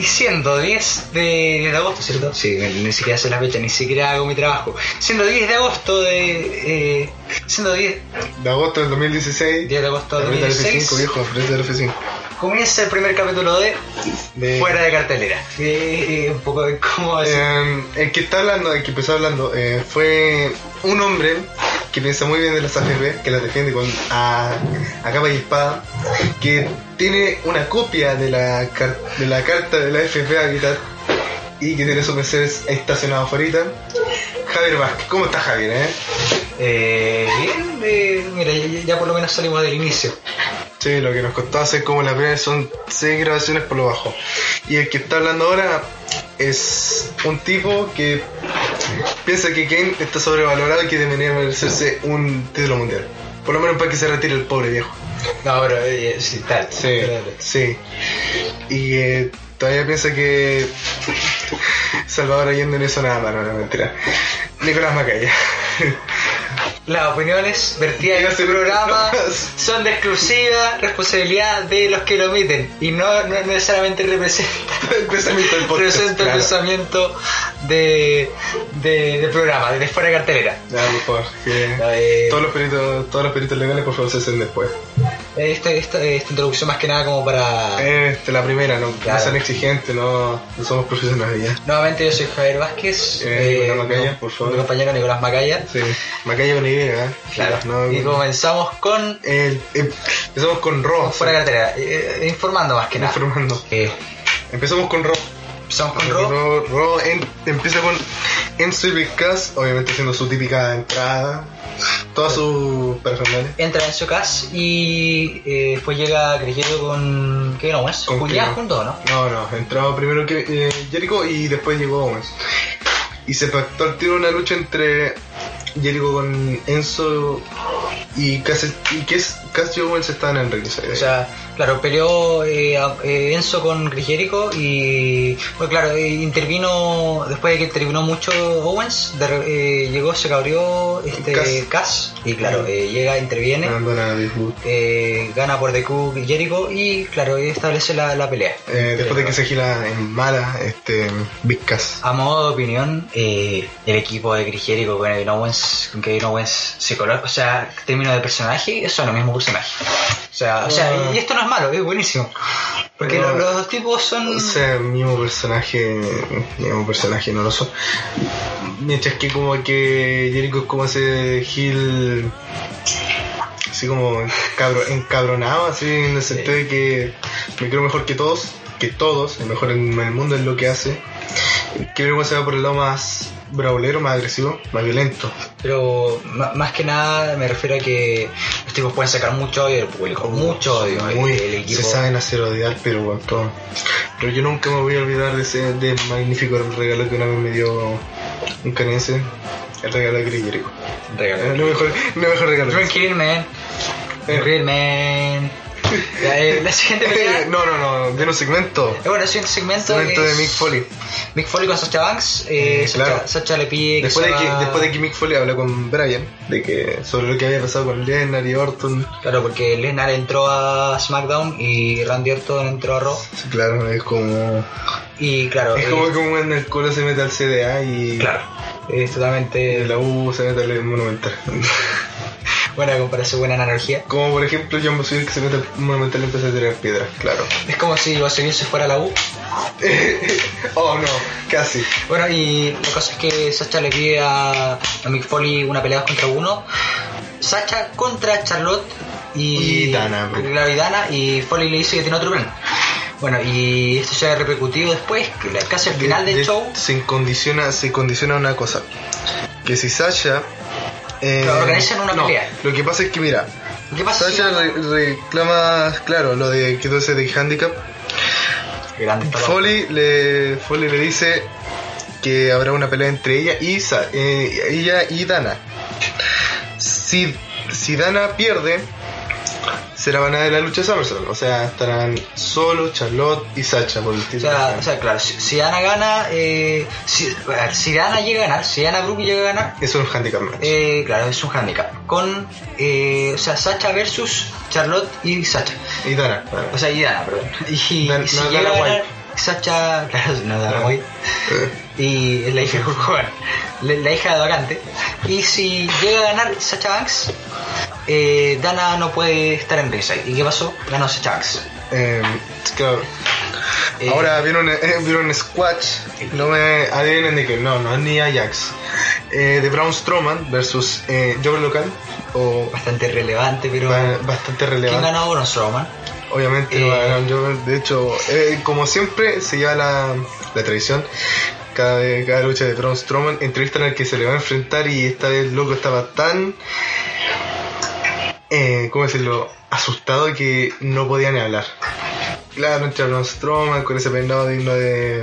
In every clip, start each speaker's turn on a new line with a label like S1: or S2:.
S1: 110 de, de agosto, ¿cierto? Sí, ni, ni siquiera sé la fecha, ni siquiera hago mi trabajo. 110 de agosto de... Eh, 110
S2: De agosto del 2016.
S1: 10 de agosto de
S2: Aprieta el F5,
S1: 2016
S2: viejo, aprieta el F5.
S1: comienza el primer capítulo de
S2: De-
S1: Fuera de Cartelera. Eh, eh, un poco de cómo decir.
S2: Eh, el que está hablando, el que empezó hablando, eh, fue un hombre que piensa muy bien de las AFP, que las defiende con a, a capa y espada, que tiene una copia de la, car- de la carta de la AFP Habitat y que tiene su PC estacionado afuera. Javier Vázquez, ¿cómo está Javier? Eh?
S1: Eh, bien, eh, mira, ya, ya por lo menos salimos del inicio.
S2: Sí, lo que nos costó hacer como la primera vez son seis grabaciones por lo bajo. Y el que está hablando ahora es un tipo que piensa que Kane está sobrevalorado y que debería merecerse un título mundial. Por lo menos para que se retire el pobre viejo.
S1: No, pero eh, sí, tal. tal, tal.
S2: sí. Y que todavía piensa que Salvador Allende no hizo nada malo, no, no, mentira. Nicolás Macaya.
S1: Las opiniones vertidas en este programa son de exclusiva responsabilidad de los que lo emiten y no, no necesariamente representan
S2: el pensamiento del podcast,
S1: representa el
S2: claro.
S1: pensamiento de, de- del programa, de fuera de cartelera.
S2: Ya, por favor, que-
S1: Eh,
S2: Todos los peritos, todos los peritos legales por favor se hacen después.
S1: esta, esta- esta introducción más que nada como para...
S2: Este, la primera, no,
S1: Claro.
S2: no sean exigentes, no, no somos profesionales ya.
S1: Nuevamente yo soy Javier Vázquez,
S2: Eh, Nicolás Macaya, por favor.
S1: mi compañero Nicolás Macaya.
S2: Sí, Macaya con Y, ¿eh? No,
S1: y comenzamos con
S2: el- em- empezamos con Ro,
S1: fuera de cartelera, eh, eh, informando más que nada.
S2: informando.
S1: Eh,
S2: Empezamos con Ro.
S1: empezamos con Ro.
S2: Ro, Ro en- empieza con MC Big Cass, obviamente haciendo su típica entrada, todas sus personales.
S1: entra en su casa y eh, después llega Creyendo con. ¿Qué no es?
S2: Con
S1: Julián
S2: Creo.
S1: junto o no?
S2: No, no, entraba primero que eh, Jericho y después llegó Owens. Y se pactó al tiro una lucha entre Jericho con Enzo y casi y que es Cass y Owens estaban en ring.
S1: O sea, claro, peleó eh, a- eh, Enzo con Grigerico y, bueno, claro, eh, intervino, después de que intervino mucho Owens, de re- eh, llegó, se cabrió este
S2: Cass. Ah.
S1: Cass y claro, eh, llega, interviene,
S2: Abandona Bisbee.
S1: eh, gana por DQ Jericho y claro, establece la, la pelea.
S2: Eh, después de que se gira en mala, este Big Cass.
S1: A modo de opinión, eh, el equipo de Chris Jericho con Kevin Owens, con Kevin Owens se coloca, o sea, en términos de personaje, son los mismos personajes. O sea, o sea,
S2: Ah.
S1: y esto no es malo, es buenísimo. Porque
S2: No.
S1: lo- los dos tipos son...
S2: O sea, mismo personaje, mismo personaje, no lo son. Mientras que como que Jericho es como ese Gil así como encabro- encabronado, así en el sentido de que me creo mejor que todos, que todos, el mejor en el mundo es lo que hace. Creo que se va por el lado más braulero, más agresivo, más violento.
S1: Pero ma- más que nada me refiero a que los tipos pueden sacar mucho odio del público, mucho odio.
S2: Muy-
S1: el, el equipo...
S2: Se saben hacer odiar, pero con todo. Pero yo nunca me voy a olvidar de ese de magnífico regalo que una vez me dio un canadiense. El regalo de Chris Jericho.
S1: Regalo.
S2: Eh, Lo mejor, lo mejor regalo.
S1: Drink it, man. Drink it, man. Ya, eh, la siguiente pelea...
S2: Eh, no, no, no, de un segmento.
S1: Eh, Bueno, el siguiente segmento
S2: Segmento de
S1: es-
S2: Mick Foley.
S1: Mick Foley con Sacha Banks, eh,
S2: Eh,
S1: Sacha,
S2: claro.
S1: Sacha le pide que
S2: Después de,
S1: se
S2: que,
S1: va-
S2: después de que Mick Foley habló con Brian de que sobre lo que había pasado con Leonard y Orton,
S1: Claro, porque Lesnar entró a SmackDown y Randy Orton entró a Raw.
S2: sí, claro, es como.
S1: Y claro,
S2: Es
S1: eh,
S2: como que un en el culo se mete al CDA y.
S1: claro, es
S2: De
S1: totalmente
S2: la U se mete al Monumental.
S1: buena comparación, buena analogía.
S2: Como por ejemplo John Boswell que se mete al monumental y empieza a tirar piedras, claro.
S1: Es como si Eusebio se fuera a la U.
S2: oh no, casi.
S1: Bueno, y la cosa es que Sacha le pide a, a Mick Foley una pelea dos contra uno. Sacha contra Charlotte y,
S2: Y Dana, pues.
S1: Claro, y Dana, y Foley le dice que tiene otro plan. Bueno, y esto se ha repercutido después, que la- casi al final del
S2: De-
S1: show.
S2: Se condiciona, se condiciona una cosa. Que si Sasha. eh,
S1: Pero organizan una
S2: no,
S1: pelea. Ah,
S2: Lo que pasa es que mira,
S1: ¿Qué pasa? si-
S2: Sasha re- reclama, claro, lo de que entonces de handicap.
S1: Grande palabra.
S2: Foley le, Foley le dice que habrá una pelea entre ella y, Sa- eh, ella y Dana. Si, si Dana pierde, será banada de la lucha de SummerSlam. O sea, estarán solo Charlotte y Sacha por el
S1: O
S2: título.
S1: sea, o sea, claro, si, si Ana gana, eh, si, a ver, si Ana llega a ganar, si Ana Brooke llega a ganar,
S2: es un handicap match.
S1: eh, claro, es un handicap. Con, eh, o sea, Sacha versus Charlotte y Sacha.
S2: y Dana.
S1: O sea, y Dana, perdón. Y,
S2: Dan-
S1: y si
S2: no,
S1: llega
S2: Dana
S1: a ganar,
S2: White. Ah.
S1: Sacha, claro, no da la voy. Y es la hija de Hulk Hogan, la, la hija de Dorante. Y si llega a ganar Sacha Banks, eh, Dana no puede estar en Ringside. ¿Y qué pasó? Ganó Sacha Banks.
S2: Eh, claro.
S1: Eh,
S2: Ahora vieron, eh, vieron Squatch, no me adivinen de que no, no es ni Ajax. Eh, de Braun Strowman versus eh, Jover Local, o
S1: Bastante relevante, pero.
S2: ba- bastante
S1: ¿Quién
S2: relevante.
S1: ganó Braun Strowman?
S2: Obviamente
S1: Eh,
S2: lo va a ganar Jover, de hecho, eh, como siempre se lleva la, la tradición. Cada, vez- cada lucha de Braun Strowman entrevistan al que se le va a enfrentar y esta vez el loco estaba tan. Eh, ¿Cómo decirlo? Asustado que no podía ni hablar. Claro, entra Braun Strowman con ese peinado digno de.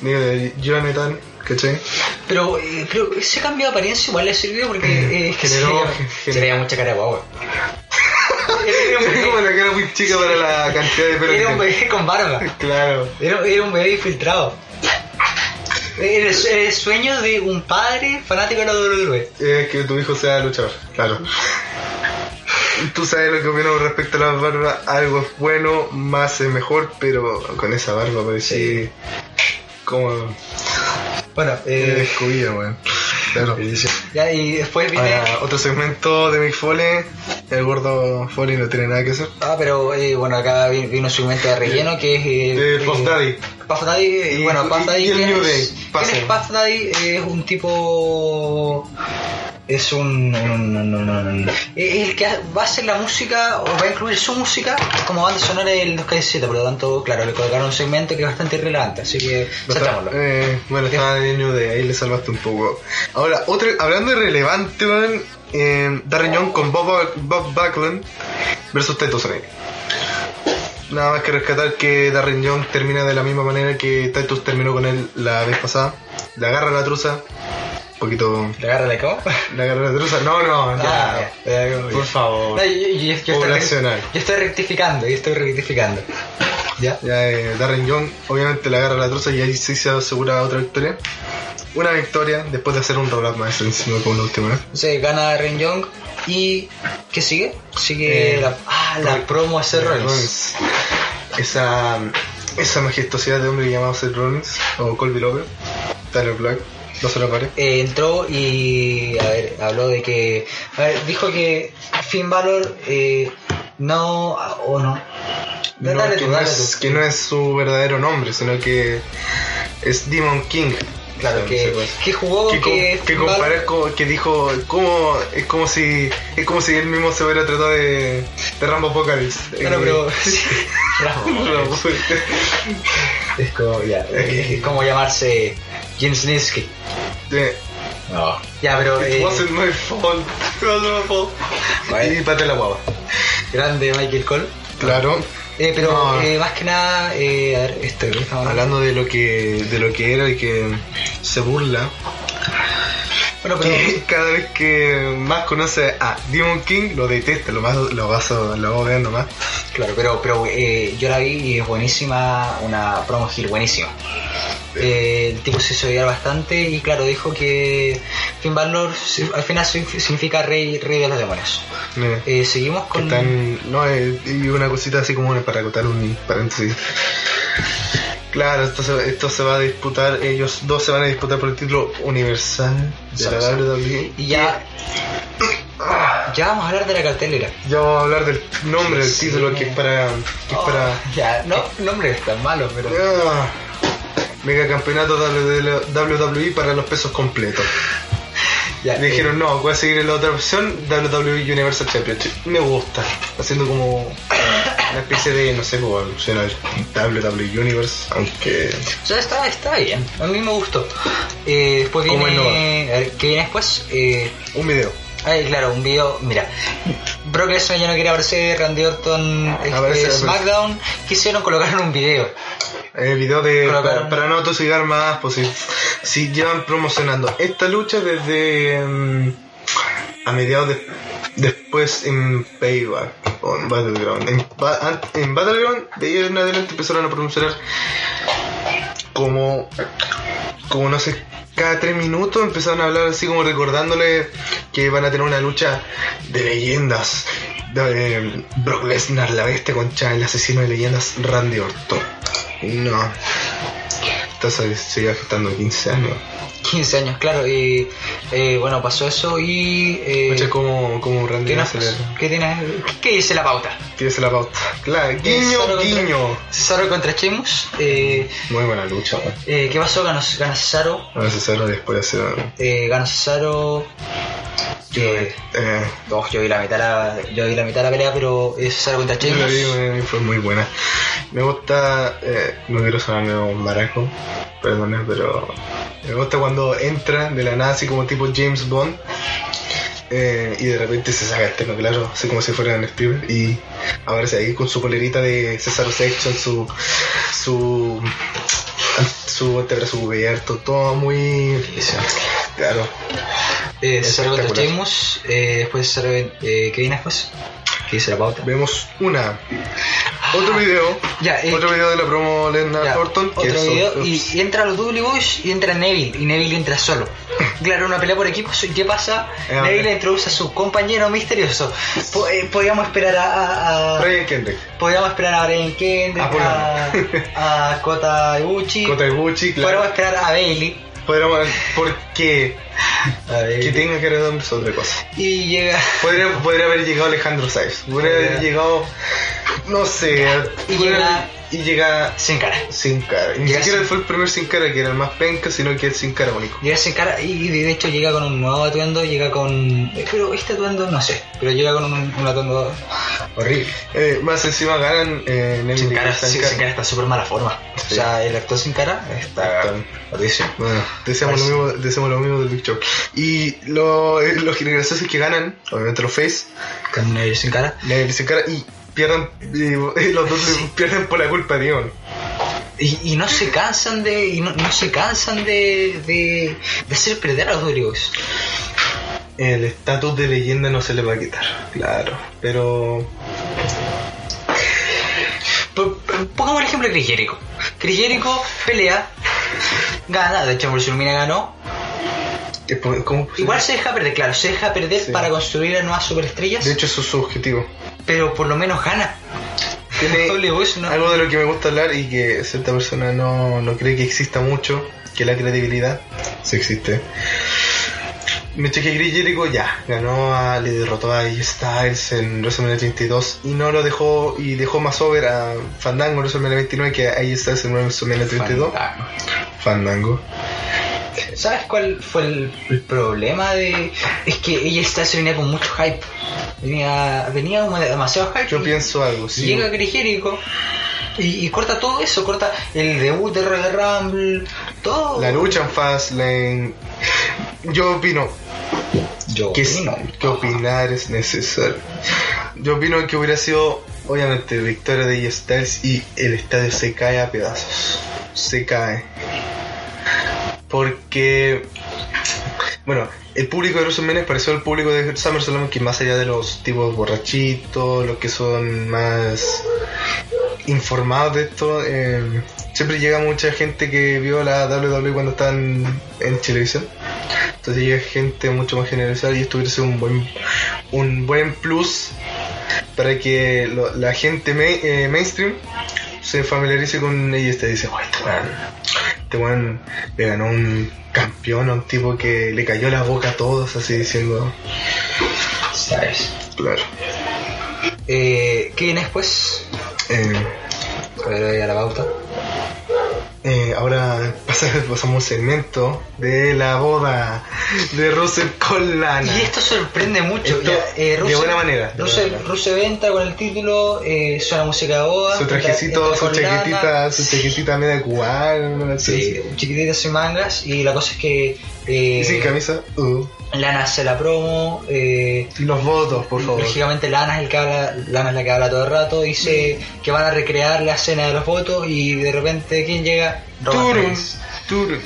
S2: digno de Jonathan, ¿cachai?
S1: Pero eh, creo que ese cambio de apariencia igual le sirvió porque eh,
S2: Mm, Generó-
S1: se-
S2: generó-
S1: se veía mucha cara de guagua.
S2: Se ve como la cara muy chica para la cantidad de pelo que
S1: Era un
S2: tiene.
S1: bebé con barba.
S2: Claro.
S1: Era, era un bebé infiltrado. Era el, sue- el sueño de un padre fanático de la E. WWE.
S2: Es Eh, que tu hijo sea luchador, claro. Tú sabes lo que opino respecto a la barba, algo es bueno, más es mejor, pero con esa barba parecía como
S1: Bueno,
S2: eh,
S1: eh,
S2: descubierta, weón. Claro.
S1: ya, y después viene.
S2: Ahora, otro segmento de Mick Foley, el gordo Foley no tiene nada que hacer.
S1: Ah, pero eh, bueno, acá vi- vino un segmento de relleno que es. eh,
S2: De
S1: eh,
S2: Puff Daddy.
S1: Puff Daddy, eh,
S2: Y-
S1: bueno, Puff
S2: y-
S1: Daddy.
S2: y el
S1: ¿quién
S2: New
S1: es?
S2: Day,
S1: ¿Quién
S2: pasen.
S1: es Puff Daddy? Es un tipo. Es un. un- un- un- un- es el que va a hacer la música o va a incluir su música como banda sonora del 2K17. Por lo tanto, claro, le colocaron un segmento que es bastante relevante, así que
S2: No está-
S1: saltámoslo.
S2: eh, bueno, estaba de niño de ahí, le salvaste un poco. Ahora, otro, hablando de relevante, weón, eh, Darren Young con Bob, Ba- Bob Backlund versus Taito Sonic. Nada más que rescatar que Darren Young termina de la misma manera que Titus terminó con él la vez pasada. Le agarra la truza. Un poquito.
S1: ¿Le agarra la cabo?
S2: Le agarra la truza. No, no, ya.
S1: Ah, ya, ya, ya.
S2: Por favor.
S1: No, yo, yo- yo estoy,
S2: Poblacional.
S1: yo estoy rectificando, yo estoy rectificando. ¿Ya?
S2: Ya eh, Darren Young obviamente le agarra la truza y ahí sí se asegura otra victoria. Una victoria después de hacer un roll-up maestro encima como la última vez.
S1: Se gana Ren Young y ¿qué sigue? Sigue
S2: Eh,
S1: la, ah, la promo a Seth Rollins.
S2: Rollins. Esa, esa majestuosidad de hombre llamado Seth Rollins o Colby Lover, Tyler Black, no se lo pare.
S1: Eh, entró y a ver, habló de que a ver, dijo que Finn Balor eh, no o no.
S2: No,
S1: Dale
S2: que,
S1: tú,
S2: no
S1: dale
S2: es,
S1: tú.
S2: que no es su verdadero nombre, sino que es Demon King.
S1: Claro
S2: No sé
S1: que, pues,
S2: cuál es.
S1: que jugó
S2: que,
S1: que,
S2: com- que
S1: Finn Balor-
S2: comparar con- que dijo como es como si es como si él mismo se hubiera tratado de, de Rambo Apocalypse
S1: Claro,
S2: Eh, pues,
S1: pero Bravo.
S2: Rambo.
S1: es como ya, es como llamarse James Nisky.
S2: Eh,
S1: No. Ya, pero
S2: it
S1: eh,
S2: wasn't my fault it wasn't my fault.
S1: Bueno.
S2: y pate la guava
S1: grande Michael Cole.
S2: claro
S1: Eh, pero
S2: No.
S1: eh, más que nada, eh, a ver, esto que estamos hablando.
S2: hablando de lo que de lo que era y que se burla
S1: Bueno, pero
S2: que cada vez que más conoce a Demon King lo detesta lo más lo vas a- lo vas odiando más
S1: Claro, pero, pero eh, yo la vi y es buenísima, una promo heel buenísima. Eh, el tipo se hizo odiar bastante y claro, dijo que Finn Balor si- al final signifi- significa rey, rey de los demonios.
S2: Eh.
S1: Eh, seguimos
S2: que
S1: con...
S2: están no eh, y una cosita así como una- para acotar un paréntesis claro esto se, esto se va a disputar ellos dos se van a disputar por el título universal de la
S1: Exacto.
S2: WWE
S1: Y ya... Ya vamos a hablar de la cartelera.
S2: ya vamos a hablar del nombre del
S1: Sí.
S2: título que es para que es para
S1: Oh, ya, no, nombre es tan malo, pero...
S2: Ah, mega campeonato WWE E para los pesos completos
S1: Ya,
S2: Le
S1: eh,
S2: dijeron, no, voy a seguir la otra opción, WWE Universal Championship. Me gusta. Haciendo como una especie de, no sé, como alusión al WWE Universe, aunque...
S1: O sea, eh, está, está bien, a mí me gustó. Eh, después
S2: ¿Cómo
S1: viene... A ver, ¿Qué viene después? Eh,
S2: Un video.
S1: Ay, claro, un video. Mira, Brock Lesnar ya no quería aparecer, Randy Orton, este,
S2: Aparece, aparece.
S1: SmackDown, quisieron colocar un video.
S2: El video de...
S1: Colocaron-
S2: Para, para no atosigar más, pues si, si llevan promocionando esta lucha desde... mm, a mediados de... Después en Payback, o en Battleground. En, Ba- an- en Battleground, de ahí en adelante empezaron a promocionar como como no sé cada tres minutos empezaron a hablar así como recordándole que van a tener una lucha de leyendas de, eh, Brock Lesnar la bestia con el asesino de leyendas Randy Orton No. Entonces sigue afectando 15 años.
S1: 15 años, claro. Y eh, bueno, pasó eso y. Eh,
S2: Escucha como, como Randy
S1: ¿qué, nos-
S2: acelera.
S1: qué tiene- qué dice la pauta?
S2: Tírese la pauta. Claro, guiño,
S1: Cesaro contra-
S2: guiño.
S1: Cesaro contra Sheamus. Eh,
S2: Muy buena lucha, weón.
S1: eh, ¿Qué pasó? Ganó, gana Cesaro.
S2: Ahora Cesaro después de hacer.
S1: Eh, ganó Cesaro. Que,
S2: Eh,
S1: oh, yo vi la mitad de la, yo vi la mitad de la pelea, pero eh, Cesaro contra
S2: yo la vi,
S1: Sheamus.
S2: weón, y fue muy buena. Me gusta. eh, no quiero sonarme un baraco, perdón, pero. Me gusta cuando entra de la nada, así como tipo James Bond. eh, y de repente se saca el tema claro, así como si fuera un stripper. Y aparece ahí con su colerita de César Section, su. su. su antebrazo cubierto, todo muy. Claro.
S1: Eh, Cesaro contra
S2: Espectacular.
S1: Sheamus. Eh, después Cesaro. Eh, ¿Qué viene después? ¿Qué dice la pauta?
S2: Vemos una. Otro video.
S1: Ah, Ya, eh,
S2: otro video de la promo Lena
S1: Ya,
S2: Thornton. que
S1: otro
S2: son-
S1: video y, y entra los Dudley Boys y entra Neville y Neville entra solo claro una pelea por equipos y qué pasa
S2: Eh,
S1: Neville
S2: hombre.
S1: introduce a su compañero misterioso Po- eh, podíamos esperar a, a- a-
S2: Ryan Kendrick.
S1: podíamos esperar a Brian Kendrick
S2: Ah, por
S1: a, a Kota Ibushi
S2: Kota Ibushi,
S1: podíamos
S2: claro.
S1: esperar a Bailey
S2: Podríamos porque que tenga que ver es otra cosa.
S1: y llega
S2: Podría, podría haber llegado Alejandro Sainz. Podría haber
S1: Podría.
S2: llegado, no sé.
S1: Y
S2: podría- y llega
S1: sin cara
S2: sin cara. Ni
S1: Llega
S2: siquiera
S1: sin-
S2: fue el primer sin cara que era el más penca, sino que el sin cara único.
S1: llega sin cara y de hecho llega con un nuevo atuendo llega con pero este atuendo no sé pero llega con un, un atuendo horrible
S2: Eh, más encima ganan eh, en el
S1: Sin cara,
S2: sin
S1: sin,
S2: cara.
S1: sin cara está súper mala forma. O
S2: Sí.
S1: sea, el actor sin cara está
S2: Está-
S1: rotísimo.
S2: Bueno, deseamos lo,
S1: Así.
S2: mismo, deseamos lo mismo del Big Show. Y lo, eh, los graciosos que ganan, obviamente los Face,
S1: Con el sin cara.
S2: le sin cara y pierden, y los dos le pierden por la culpa de Dion.
S1: Y, y no se cansan de. Y no, no se cansan de, de. de hacer perder a los Dorios.
S2: El estatus de leyenda no se le va a quitar, claro. Pero
S1: Pongamos el ejemplo de Chris Jericho. Chris Jericho pelea, gana, de hecho Mina ganó.
S2: ¿qué po- ¿cómo? es posible?
S1: Igual se deja perder, claro, se deja perder
S2: Sí.
S1: para construir a nuevas superestrellas,
S2: De hecho, eso es su objetivo.
S1: pero por lo menos gana. Doble
S2: Tiene
S1: voz, no-
S2: algo de lo que me gusta hablar y que cierta persona no, no cree que exista mucho, que es la credibilidad. Sí existe. Me chequeé Chris Jericho, ya, ganó a, le derrotó a AJ Styles en WrestleMania 32 y no lo dejó, y dejó más over a Fandango en WrestleMania 29 que a AJ Styles en WrestleMania 32.
S1: Fantasma.
S2: Fandango.
S1: ¿Sabes cuál fue el, el problema de.? Es que ella está, se venía con mucho hype. Venía, venía como demasiado hype.
S2: Yo
S1: Y
S2: pienso algo, sí.
S1: Llega Chris Jericho y, y corta todo eso, corta el debut de Royal Rumble, todo.
S2: La lucha en Fastlane. Yo opino
S1: Yo
S2: que,
S1: opino.
S2: que opinar es necesario. Yo opino que hubiera sido, obviamente, victoria de AJ Styles y el estadio se cae a pedazos. Se cae. Porque, bueno, el público de WrestleMania pareció el público de SummerSlam que más allá de los tipos borrachitos, los que son más informados de esto, eh, siempre llega mucha gente que vio la WWE cuando están en televisión. Entonces llega gente mucho más generalizada y esto hubiera sido un buen, un buen plus para que lo- la gente mai- eh, mainstream se familiarice con ella y te dice, "Oh, este weón este weón le ganó un campeón a un tipo que le cayó la boca a todos, así diciendo,
S1: ¿Sabes?
S2: claro.
S1: Eh, ¿Qué viene después?
S2: Eh,
S1: Pero a la pauta.
S2: eh, ahora pasa- pasamos un segmento de la boda de Russell con Lana.
S1: Y esto sorprende mucho. eh,
S2: Esto, de buena manera, de
S1: Russell,
S2: buena manera.
S1: Russell entra con el título, eh, suena música de boda.
S2: Su
S1: entra-
S2: trajecito,
S1: entra
S2: su
S1: con lana.
S2: chaquetita, su chaquetita media cubana, así.
S1: Sí, chiquititas sin mangas y la cosa es que eh,
S2: Y sin camisa, uh.
S1: Lana hace la promo, eh,
S2: Los votos, por favor.
S1: lógicamente Lana es, el que habla, Lana es la que habla todo el rato, dice que van a recrear la escena de los votos y de repente ¿quién llega? Roman
S2: Turun,
S1: Reigns.
S2: turun.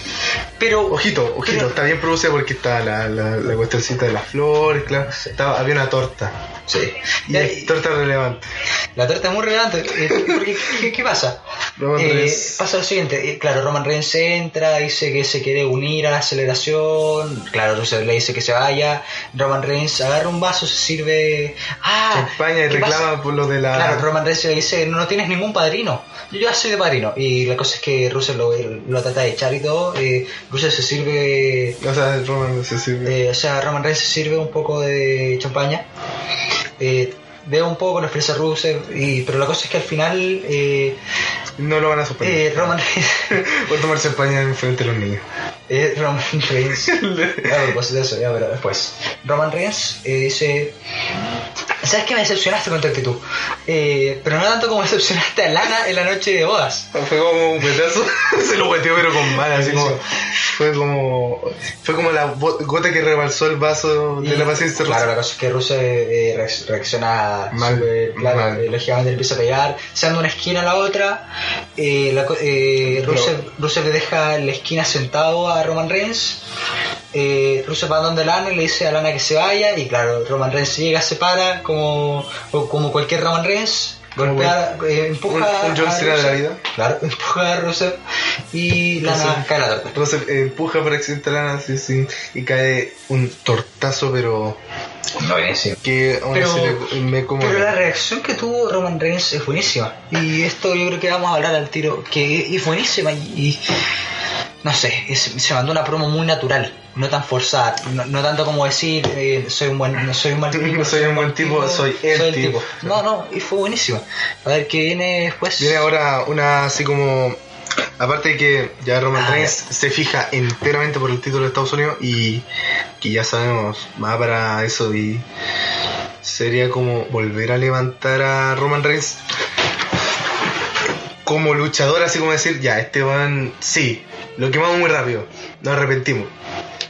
S1: Pero
S2: Ojito, ojito,
S1: pero-
S2: está bien producida porque está la, la, la cuestioncita de las flores, claro. Estaba, había una torta.
S1: sí.
S2: Y es torta relevante.
S1: La torta es muy relevante. eh, Porque, ¿qué, qué pasa?
S2: Roman
S1: Eh,
S2: Reigns.
S1: pasa lo siguiente. eh, claro, Roman Reigns entra, dice que se quiere unir a la celebración. Claro, Rusev le dice que se vaya. Roman Reigns agarra un vaso, se sirve. ¡Ah!
S2: España y
S1: ¿qué pasa?
S2: reclama por lo de la.
S1: Claro, Roman Reigns le dice, no, no tienes ningún padrino. Yo ya soy de padrino. Y la cosa es que Rusev lo, lo trata de echar y todo. Eh, Rusev se sirve
S2: O sea, Roman se sirve.
S1: eh, o sea, Roman Reigns se sirve un poco de champaña. Eh, veo un poco lo expresa Rusev, y, pero la cosa es que al final eh,
S2: no lo van a sorprender.
S1: eh, Roman Reigns...
S2: Por tomarse España en frente a los niños.
S1: eh, Roman Reigns... A propósito de eso, ya, pero después. Roman Reigns eh, dice... ¿Sabes que me decepcionaste con tu actitud? Eh, pero no tanto como decepcionaste a Lana en la noche de bodas.
S2: Fue como un petazo, se lo metió pero con mal, así como fue como fue como la bo- gota que rebalsó el vaso de
S1: Y,
S2: la paciencia
S1: Claro, la cosa es que Rusev eh, reacc- reacciona
S2: Mal,
S1: súper, claro,
S2: mal.
S1: eh, lógicamente le empieza a pegar, se anda de una esquina a la otra, eh, la co- eh,
S2: Pero-
S1: Rusev, Rusev le deja en la esquina sentado a Roman Reigns, eh, Rusev va donde Lana y le dice a Lana que se vaya, y claro, Roman Reigns llega, se para, como, o- como cualquier Roman Reigns,
S2: Como
S1: golpea, eh, empuja
S2: un- un John
S1: a
S2: Cena de la
S1: Rusev.
S2: vida.
S1: Claro, empuja a Rusev y Lana
S2: Rusev.
S1: cae a la torta.
S2: Entonces eh, empuja para accidentar así, sí, y cae un tortazo pero que aún
S1: Pero-
S2: así le- me como
S1: Pero la reacción que tuvo Roman Reigns es buenísima. Y esto yo creo que vamos a hablar al tiro, que es buenísima y... y- no sé, es- se mandó una promo muy natural, no tan forzada, no, no tanto como decir eh, soy un buen, no soy un mal tipo,
S2: no soy un buen tipo, soy este. el, tipo.
S1: No, no, y fue buenísima. A ver qué viene después.
S2: Viene ahora una así como aparte de que ya Roman
S1: Ah,
S2: Reigns se fija enteramente por el título de Estados Unidos y que ya sabemos va para eso y sería como volver a levantar a Roman Reigns como luchador, así como decir, ya, este van, sí, lo quemamos muy rápido, nos arrepentimos.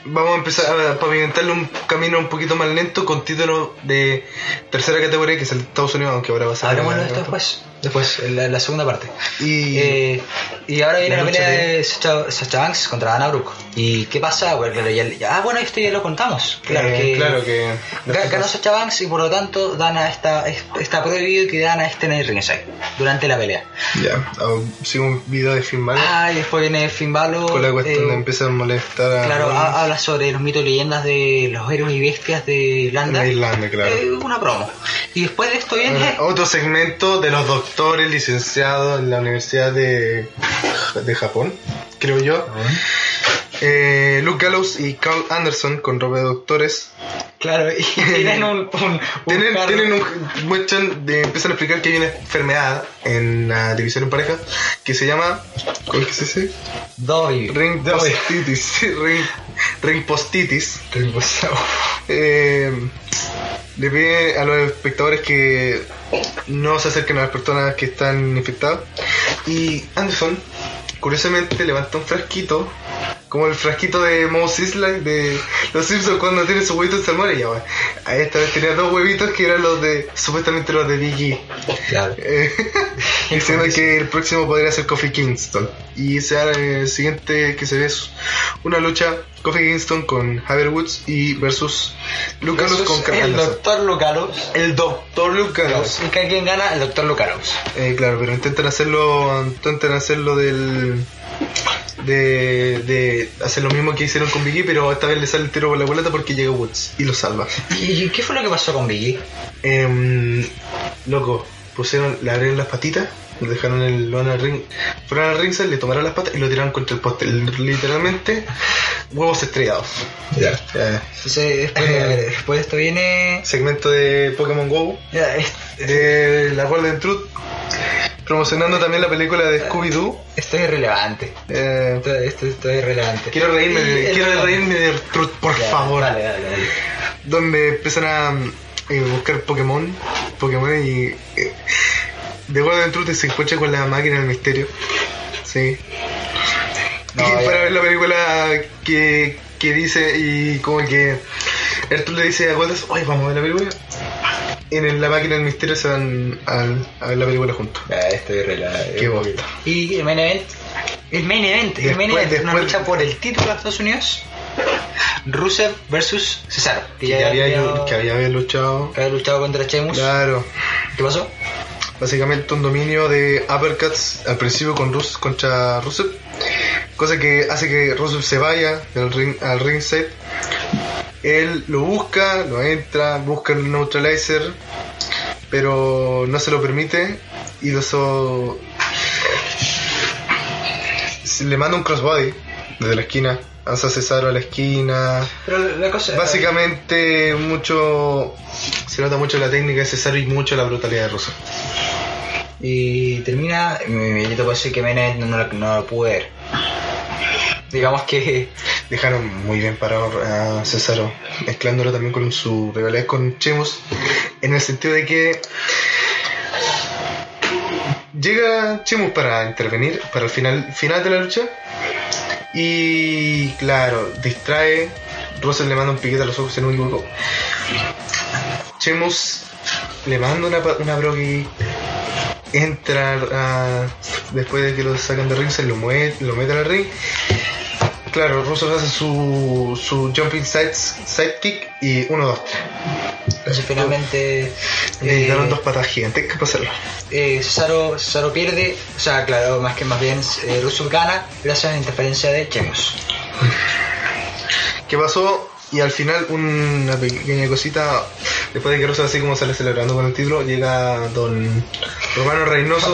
S2: Vamos a empezar a pavimentarle un camino un poquito más lento con título de tercera categoría que es el de Estados Unidos, aunque ahora va a ser...
S1: Hablemoslo de esto después, después, en la, la segunda parte.
S2: Y...
S1: Eh, y ahora viene
S2: La
S1: la,
S2: lucha
S1: pelea
S2: de-
S1: de Sacha, Sacha Banks contra Dana Brooke. ¿Y qué pasa? Bueno, claro, ya- ya- ah, bueno, esto ya lo contamos. Claro
S2: Eh,
S1: que...
S2: claro que pues,
S1: Ga- Ganó Sacha Banks y por lo tanto Dana está, está prohibido que Dana esté en el ringside durante la pelea.
S2: ya aún sigo un video de Finn Balor
S1: Ah, y después viene Finn Balor.
S2: con la cuestión
S1: eh,
S2: de empezar a molestar a
S1: Claro,
S2: Rollins
S1: ha- habla sobre los mitos y leyendas de los héroes y bestias de Irlanda.
S2: de Irlanda claro oh.
S1: Eh, una promo. Y después de esto viene...
S2: Ahora, otro segmento de los doctores licenciados en la universidad de de Japón creo yo Eh, Luke Gallows y Carl Anderson con ropa de doctores
S1: Claro, y tienen un... un- un
S2: tienen,
S1: carro-
S2: tienen un, muestran de- empiezan a explicar que hay una enfermedad en la división en pareja que se llama ¿cómo es que se dice?
S1: Dobby.
S2: Ring postitis. Ring, ring postitis. Eh, le pide a los espectadores que no se acerquen a las personas que están infectadas. Y Anderson, curiosamente, levanta un frasquito. Como el frasquito de Mouse Islay de los Simpsons cuando tiene sus huevitos de salmón y ya va. A Esta vez tenía dos huevitos que eran los de, supuestamente los de Biggie.
S1: Claro.
S2: Eh, diciendo que el próximo podría ser Kofi Kingston. Y sea el siguiente que se ve es una lucha Kofi Kingston con Javier Woods y versus Lucas
S1: Versus
S2: con Carl
S1: el
S2: Anderson.
S1: doctor Lucaros.
S2: El doctor Lucas.
S1: Y que quien gana, el doctor Lucaros.
S2: Eh, claro, pero intentan hacerlo, intentan hacerlo del de, de hacer lo mismo que hicieron con Vicky, pero esta vez le sale el tiro por la boleta porque llega Woods y lo salva.
S1: ¿Y y qué fue lo que pasó con Biggie?
S2: Em, loco, pusieron, le abrieron las patitas, le dejaron el lo van al ring, fueron al ringside, le tomaron las patas y lo tiraron contra el poste. Literalmente, huevos estrellados. Eh,
S1: Entonces, después, a ver, este después de esto viene.
S2: segmento de Pokémon GO,
S1: Ya, es-
S2: de La Golden Truth, promocionando también la película de Scooby-Doo.
S1: esto es irrelevante.
S2: Eh,
S1: Esto, esto- esto es irrelevante.
S2: quiero reírme, de,
S1: Y el-
S2: quiero reírme de Truth, por
S1: Ya,
S2: favor.
S1: Dale, dale, dale.
S2: donde empiezan a eh, buscar Pokémon, Pokémon y eh, de Golden Truth se encuentra con la máquina del misterio. Sí.
S1: No,
S2: y
S1: ya.
S2: para ver la película que, que dice y como que Ertul le dice a Goldas, oye, vamos a ver la película. En el- la máquina del misterio se van al- a ver la película juntos.
S1: Ya, esto es irrelevante.
S2: Qué bosta.
S1: Y el main event. El main event. el main
S2: Después-
S1: event. Una
S2: después-
S1: lucha por el título de Estados Unidos. Rusev versus Cesaro.
S2: Que, había, que había luchado.
S1: que había luchado contra Sheamus.
S2: Claro.
S1: ¿Qué pasó?
S2: básicamente un dominio de uppercuts al principio con Rus contra Rusev, cosa que hace que Rusev se vaya del ring, al ring set. Él lo busca, lo entra, busca el neutralizer, pero no se lo permite y lo so- se le manda un crossbody desde la esquina. Lanza a Cesaro a la esquina.
S1: Pero la cosa.
S2: Básicamente, mucho. Se nota mucho la técnica de Cesaro y mucho la brutalidad de Russo.
S1: Y termina. mm, Yo te puedo decir que Menet no, no, no lo pude ver. Digamos que.
S2: Dejaron muy bien parado a Cesaro, mezclándolo también con su rivalidad con Chemos, en el sentido de que. Llega Chemos para intervenir, para el final, final de la lucha. Y claro, distrae. Russell le manda un piquete a los ojos, si no me equivoco. Chemos le manda una, pa- una broki. Entra ah, después de que lo sacan de ring, se lo, mue- lo mete al ring. Claro, Russell hace su, su jumping side, sidekick y 1, 2, 3.
S1: Entonces finalmente. eh,
S2: Necesitaron dos patas gigantescas para hacerlo.
S1: eh, Cesaro, Cesaro pierde, o sea, claro, más que más bien eh, Russo gana gracias a la interferencia de Chemos.
S2: ¿Qué pasó? Y al final una pequeña cosita, después de que Russell así como sale celebrando con el título, llega don Romano Reynoso,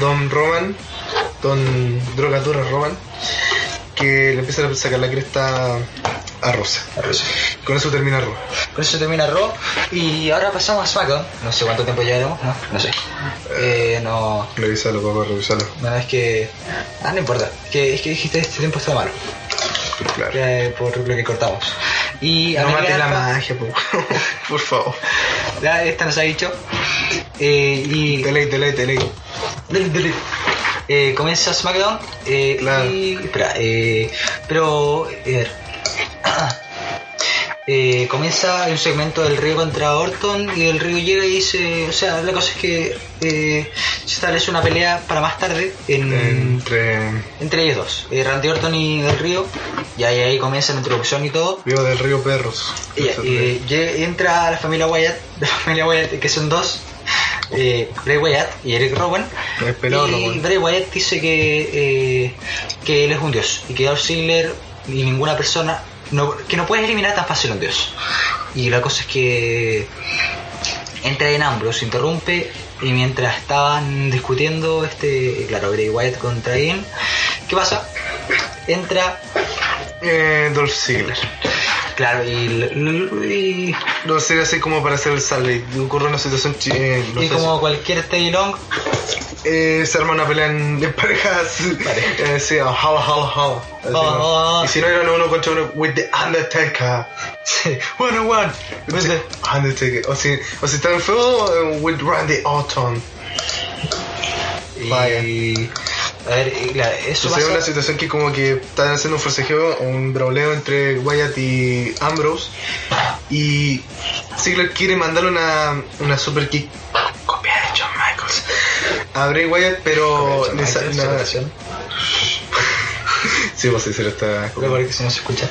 S2: don Roman, don Drogatura Roman, que le empieza a sacar la cresta a Rosa. Con eso termina Rosa.
S1: Con eso termina Raw y ahora pasamos a SmackDown. No sé cuánto tiempo llevaremos, no, no sé. Eh, no,
S2: Revisalo, papá, revisalo.
S1: no es que. Ah, no importa, es que, es que dijiste este tiempo está malo,
S2: Claro.
S1: eh, por lo que cortamos. Y
S2: No
S1: American
S2: mates la
S1: Alpha-
S2: magia, po. por favor.
S1: Ya, esta nos ha dicho. Eh, y
S2: Delay, delay, delay.
S1: Eh, comienza SmackDown. eh,
S2: Claro.
S1: y- espera, eh, pero. eh, eh, comienza un segmento del Río contra Orton y el Río llega y dice. O sea, la cosa es que eh, se establece una pelea para más tarde en-
S2: Entre
S1: entre ellos dos, eh, Randy Orton y el Río. Y ahí, ahí comienza la introducción y todo.
S2: Río del Río Perros.
S1: Y, eh, ye- entra la familia Wyatt, la familia Wyatt, que son dos, eh, Bray Wyatt y Eric Rowan.
S2: El pelado
S1: y
S2: Rowan.
S1: Bray Wyatt dice que, eh, que él es un dios y que Dolph Ziggler y ninguna persona no, que no puedes eliminar tan fácil a un dios. Y la cosa es que entra en Ambrose, interrumpe y mientras estaban discutiendo este, claro, Bray Wyatt contra Ian, ¿qué pasa? Entra,
S2: Eh, Dolph Ziggler.
S1: claro, y- y
S2: Dolph Ziggler así como para hacer el sale. Ocurre una situación chi- eh, no
S1: Y
S2: sé
S1: como cualquier Teddy Long,
S2: si- eh, se arma una pelea en, de parejas. Eh, sí, ah, jala, jala, jala.
S1: Ah,
S2: Así
S1: ah,
S2: como-
S1: ah.
S2: Y si no eran uno contra uno, with the Undertaker.
S1: one on one,
S2: Sí, Undertaker. O si, o si está en fuego, eh, with Randy Orton. Vaya.
S1: Y. A ver, y la- eso
S2: Entonces es una
S1: pasa.
S2: situación que como que están haciendo un forcejeo, un brauleo entre Wyatt y Ambrose. Y Ziggler quiere mandarle una, una super kick. Copia de John Michaels. A Bray Wyatt, pero... le sa-
S1: Michael,
S2: na-
S1: celebración.
S2: sí, pues sí, se lo está...
S1: Pero parece que si no se escucha.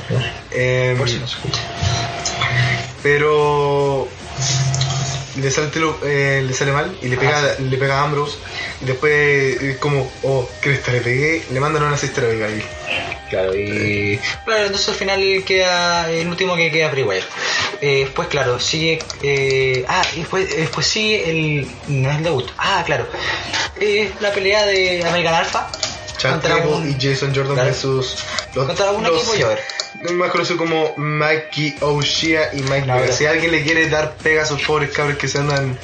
S2: Em,
S1: Por si no se escucha.
S2: pero... Le sale, lo- eh, le sale mal y le pega, le pega a Ambrose. Y después es como, oh, cresta, le pegué. Le mandan una cesta de Abigail.
S1: Claro, y. Claro, entonces al final queda. El último que queda Free Wire. Eh, después, claro, sigue. eh, ah, y después, después sigue el. No es el debut. Ah, claro. Eh, la pelea de American Alpha.
S2: Chad
S1: contra
S2: Gable
S1: un-
S2: y Jason Jordan
S1: Claro.
S2: versus los
S1: Contra un
S2: los-
S1: equipo Jover.
S2: Más conocido como Mikey O'Shea y Mike
S1: La
S2: Bell.
S1: verdad.
S2: Si alguien le quiere dar pega a esos pobres cabros que se andan.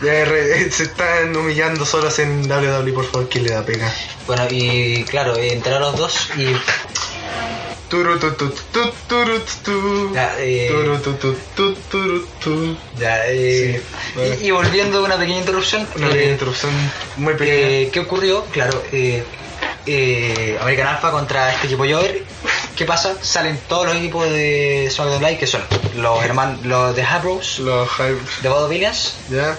S2: de re- se están humillando solos en WWE, por favor, que le da pega.
S1: Bueno, y claro, eh, entraron los dos y
S2: Turu, tu, tu, tu, turu, tu, tu.
S1: Ya, eh.
S2: Turu, tu, tu, tu, turu, tu.
S1: Ya, eh,
S2: Sí, vale.
S1: y, y volviendo a una pequeña interrupción,
S2: Una
S1: eh,
S2: pequeña interrupción muy pequeña.
S1: eh, ¿qué ocurrió? Claro, eh, eh, American Alpha contra este equipo Jover. ¿Qué pasa? Salen todos los equipos de SmackDown Live, que son los hermanos, los de Habros,
S2: Los hype.
S1: de Bob Williams,
S2: ¿Ya?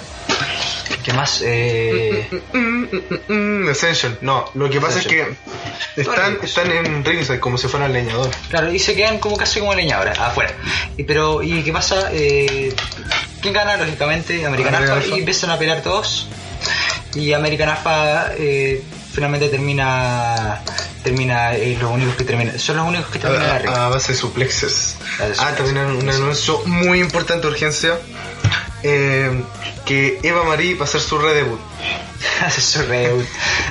S1: que más? Eh,
S2: Mm, mm, mm, Ascension. No, lo que pasa
S1: Ascension.
S2: es que están, están en ringside como si fueran leñador.
S1: claro, y se quedan como casi como leñadores afuera. Y, pero, ¿y qué pasa? Eh, ¿Quién gana? Lógicamente, American,
S2: American
S1: Alpha,
S2: Alpha.
S1: Y empiezan a pelear todos. Y American Alpha eh, finalmente termina. Termina. eh, los únicos que terminan. Son los únicos que
S2: A,
S1: terminan la red.
S2: a base de suplexes.
S1: A base de
S2: Ah, también hay un anuncio muy importante de urgencia. eh, que Eva Marie va a hacer su redebut.
S1: Hace su reúne.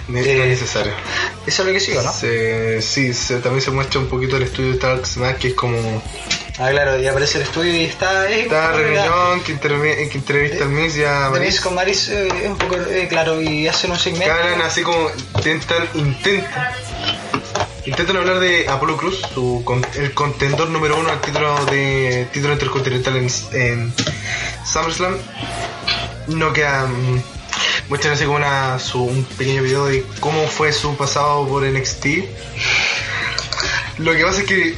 S2: Ne- no
S1: Eh,
S2: necesario.
S1: ah. Eso es lo que sigo, ¿no?
S2: Se- sí, se- también se muestra un poquito el estudio de Tark Snack, que es como
S1: Ah, claro, y aparece el estudio y está. eh,
S2: Está
S1: mira,
S2: reunión que, intervi- que
S1: Eh,
S2: entrevista al Miss y a
S1: The Miz
S2: Maris.
S1: con Maris eh, es un poco eh, claro y hacen un
S2: Que
S1: segmento.
S2: hablan así como intentan, intentan, intentan hablar de Apolo Cruz, su con- el contendor número uno al título de título intercontinental en, en SummerSlam. No queda mm, muestran así como una, su- un pequeño video de cómo fue su pasado por NXT. Lo que pasa es que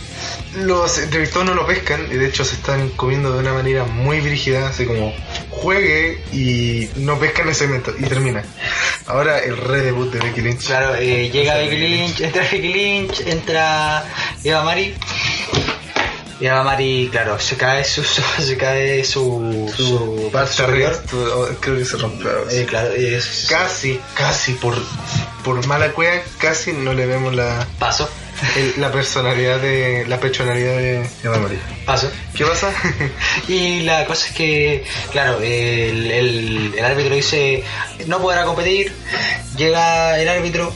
S2: los entrevistados no lo pescan y de hecho se están comiendo de una manera muy brígida, así como juegue y no pescan ese momento y termina. Ahora el redebut de Becky Lynch.
S1: Claro, eh, llega Becky Lynch, entra Becky Lynch, entra Eva Mari. Y Eva Mari, claro, se cae su, su- se cae su,
S2: Su parte
S1: superior.
S2: arriba, tu- creo que se rompió.
S1: Eh, claro, es
S2: Casi, casi por por mala cueva, casi no le vemos la,
S1: paso,
S2: el- la personalidad de la pechonalidad de Eva María.
S1: paso.
S2: ¿Qué pasa?
S1: Y la cosa es que, claro, el, el- el árbitro dice no podrá competir. Llega el árbitro.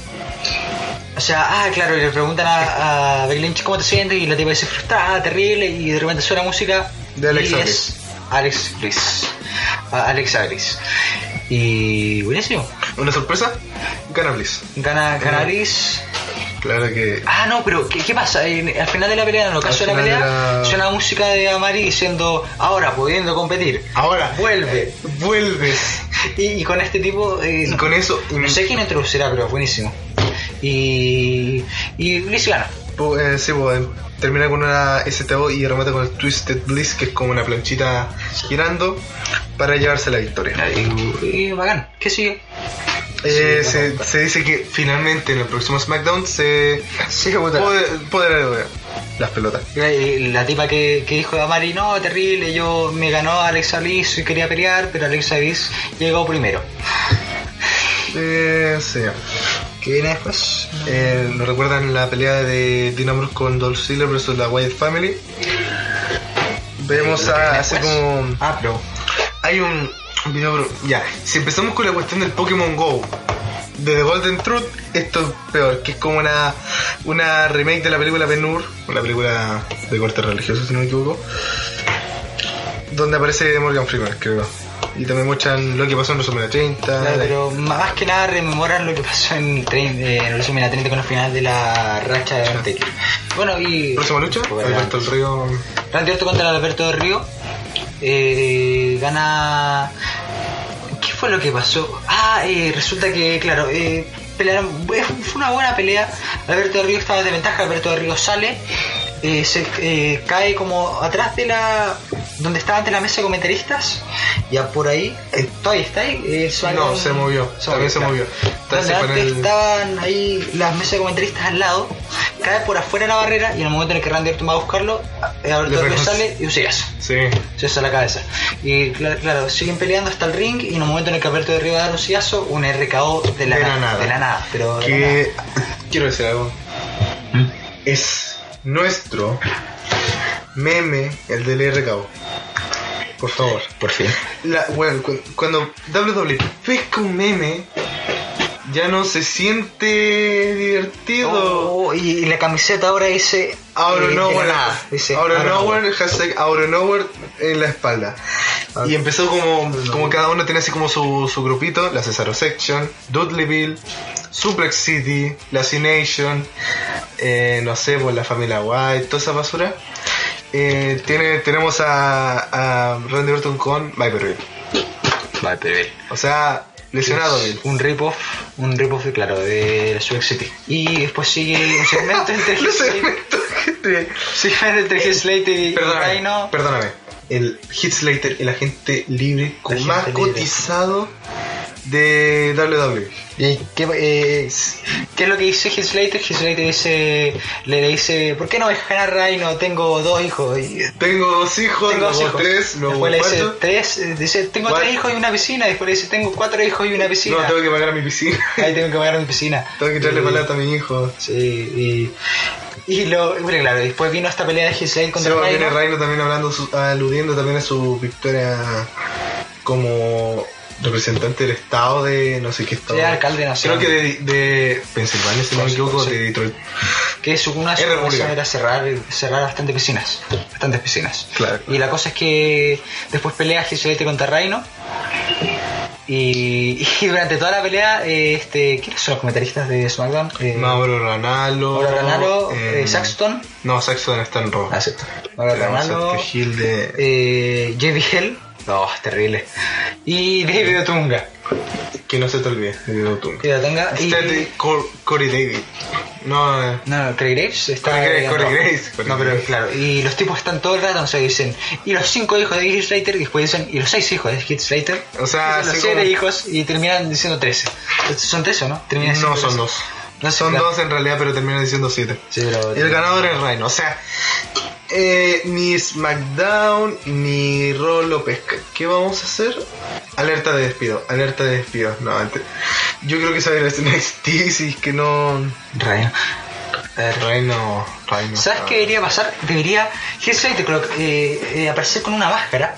S1: O sea, ah, claro, le preguntan a, a Becky Lynch cómo te sientes y la tipa dice frustrada, terrible y de repente suena música.
S2: De Alex
S1: y
S2: Agris.
S1: es Alex Bliss. A- Alex Agris. Y buenísimo.
S2: ¿Una sorpresa? Gana Bliss.
S1: Gana, gana Agris.
S2: Claro que
S1: Ah, no, pero ¿qué, qué pasa? En- al final de la pelea, en el caso de la
S2: final de
S1: pelea,
S2: la-
S1: suena música de Amari diciendo ahora pudiendo competir.
S2: ahora
S1: Vuelve.
S2: vuelves.
S1: Y, y con este tipo, eh,
S2: Y con eso
S1: no sé quién introducirá, pero buenísimo. Y, y Bliss gana.
S2: Pu- eh, sí, pues, eh, termina con una STO y remata con el Twisted Bliss, que es como una planchita girando para llevarse la victoria.
S1: Y, y bacán. ¿Qué sigue?
S2: Eh,
S1: Sí,
S2: se, se dice que finalmente en el próximo SmackDown se
S1: Sigue
S2: poder- podrá lograr las pelotas.
S1: La, la tipa que, que dijo a Mari, no, terrible, yo me ganó Alexa Bliss y quería pelear, pero Alexa Bliss llegó primero.
S2: Eh, sí.
S1: ¿Qué viene después?
S2: Eh, Nos recuerdan la pelea de Dinambrus con Dolph Ziggler versus la Wyatt Family. Vemos
S1: ¿Lo que viene
S2: a, así
S1: después?
S2: como
S1: Ah, pero...
S2: Hay un un video, bro. Ya, si empezamos con la cuestión del Pokémon Go, de The Golden Truth, esto es peor, que es como una, una remake de la película Ben Hur, una película de corte religioso, si no me equivoco, donde aparece Morgan Freeman, creo. Y también muestran lo que pasó en WrestleMania 30.
S1: Claro,
S2: la-
S1: pero más que nada rememoran lo que pasó en, trein- eh, en WrestleMania 30 con la final de la racha de Undertaker. Bueno, y...
S2: Próxima lucha,
S1: Pues,
S2: Alberto del Río.
S1: Randy Orton contra Alberto del Río. Eh, gana. ¿Qué fue lo que pasó? Ah, eh, resulta que, claro, eh, pelearon. eh, Fue una buena pelea. Alberto del Río estaba de ventaja. Alberto del Río sale. eh, se eh, cae como atrás de la. donde estaba ante la mesa de comentaristas. Ya por ahí. eh, todavía está ahí. eh, sale
S2: No,
S1: un-
S2: se movió, también se
S1: claro.
S2: movió.
S1: Donde
S2: Entonces, con
S1: antes
S2: el-
S1: estaban ahí las mesas de comentaristas al lado, cae por afuera de la barrera y en el momento en el que Randy Orton va a buscarlo, eh, a- Alberto
S2: Le
S1: Del Río
S2: reconoce.
S1: sale y un sillazo.
S2: Sí,
S1: Sillazo a la cabeza. Y cla- claro, siguen peleando hasta el ring y en el momento en el que Alberto de Río va a dar un sillazo, un RKO de la,
S2: De la
S1: na-
S2: nada.
S1: De la nada, pero de la nada.
S2: que quiero decir algo.
S1: ¿Mm?
S2: es nuestro meme, el del RKO. Por favor.
S1: Por fin.
S2: La, bueno, cu- cuando WWE pesca un meme, ya no se siente divertido.
S1: Oh, y, y la camiseta ahora dice.
S2: Ahora
S1: eh,
S2: no
S1: de la
S2: nowhere,
S1: nada. Dice,
S2: out of
S1: ahora no,
S2: nowhere, hashtag out of nowhere en la espalder.
S1: Ah.
S2: Y empezó como, como cada uno tenía así como su, su grupito, la Cesaro Section, Dudleyville, Suplex City, la C Nation, eh, no sé, pues la familia White, toda esa basura. Eh, tiene, tenemos a, a Randy Orton con Viper Bill.
S1: Vale, pero bien.
S2: O sea, lesionado
S1: Es
S2: Bill.
S1: Un rip-off, un rip-off, claro, de Suex City. Y después sigue un segmento entre
S2: No
S1: Heath
S2: sé,
S1: Slater- segmento entre Heath Slater y
S2: Perdóname,
S1: Reino.
S2: perdóname. El Hit Slater, el agente libre con
S1: Agente
S2: más
S1: libre.
S2: cotizado de E. WWE.
S1: ¿Y qué, eh, qué es lo que dice Hitslater? Hitslater dice, le dice, ¿por qué no me ganar a No tengo dos hijos. Y,
S2: Tengo dos hijos,
S1: tengo dos
S2: luego
S1: hijos.
S2: tres, luego
S1: después le dice,
S2: cuatro.
S1: tres, eh, dice, tengo
S2: Cuatro.
S1: tres hijos y una piscina. Después le dice, tengo cuatro hijos y una piscina.
S2: No, tengo que pagar a mi piscina.
S1: Ahí tengo que pagar mi piscina.
S2: tengo que traerle
S1: Y-
S2: palata a mi hijo.
S1: Sí, y, y lo, bueno, claro, después vino esta pelea de Hitslater
S2: Se
S1: contra
S2: va viene
S1: Rhino.
S2: Reino también hablando, su- aludiendo también a su victoria como representante del estado de no sé qué estado.
S1: Sí, alcalde nacional.
S2: Creo que de, de Pensilvania, si no me
S1: Sí,
S2: equivoco,
S1: sí.
S2: de Detroit.
S1: que su, una
S2: Es
S1: de sus
S2: republicano.
S1: cosas era cerrar, cerrar bastantes piscinas. Bastantes piscinas.
S2: Claro.
S1: Y la cosa es que después pelea Gisolete contra Reino. Y, y durante toda la pelea, eh, este, ¿quiénes son los comentaristas de SmackDown? Eh,
S2: Mauro Ranalo.
S1: Mauro Ranallo,
S2: eh,
S1: eh, Saxton.
S2: No, Saxton está en rojo.
S1: Ah, sí. Mauro
S2: Tenemos
S1: Ranallo,
S2: a este Gil de.
S1: eh, JBL. No, es terrible. Y David Otunga.
S2: Que no se te olvide, de Otunga.
S1: David Otunga. eh, Y,
S2: Este Cor- Corey David. No, eh,
S1: no, Corey Graves está
S2: Corey Graves,
S1: en
S2: Corey
S1: Raw.
S2: Graves, Corey
S1: No, pero
S2: Graves.
S1: claro, y los tipos están todo el rato, entonces dicen, y los cinco hijos de Heath Slater, y después dicen, y los seis hijos de Heath Slater,
S2: O
S1: dicen
S2: sea,
S1: los
S2: así
S1: siete
S2: como-
S1: hijos, y terminan diciendo trece. Entonces, ¿Son trece o no? Terminan
S2: no
S1: diciendo
S2: son
S1: 13.
S2: dos.
S1: No sé,
S2: Son
S1: claro.
S2: dos en realidad, pero terminan diciendo siete.
S1: Sí, pero...
S2: El ganador es Reino. O sea, eh, ni SmackDown ni Raw lo pesca. ¿Qué vamos a hacer? Alerta de despido, alerta de despido. No, antes. Yo creo que saber es NXT si es que no.
S1: Ryan. A ver,
S2: Reino, Reino.
S1: ¿Sabes qué debería pasar? Debería Heath Slater creo que, eh, eh, aparecer con una máscara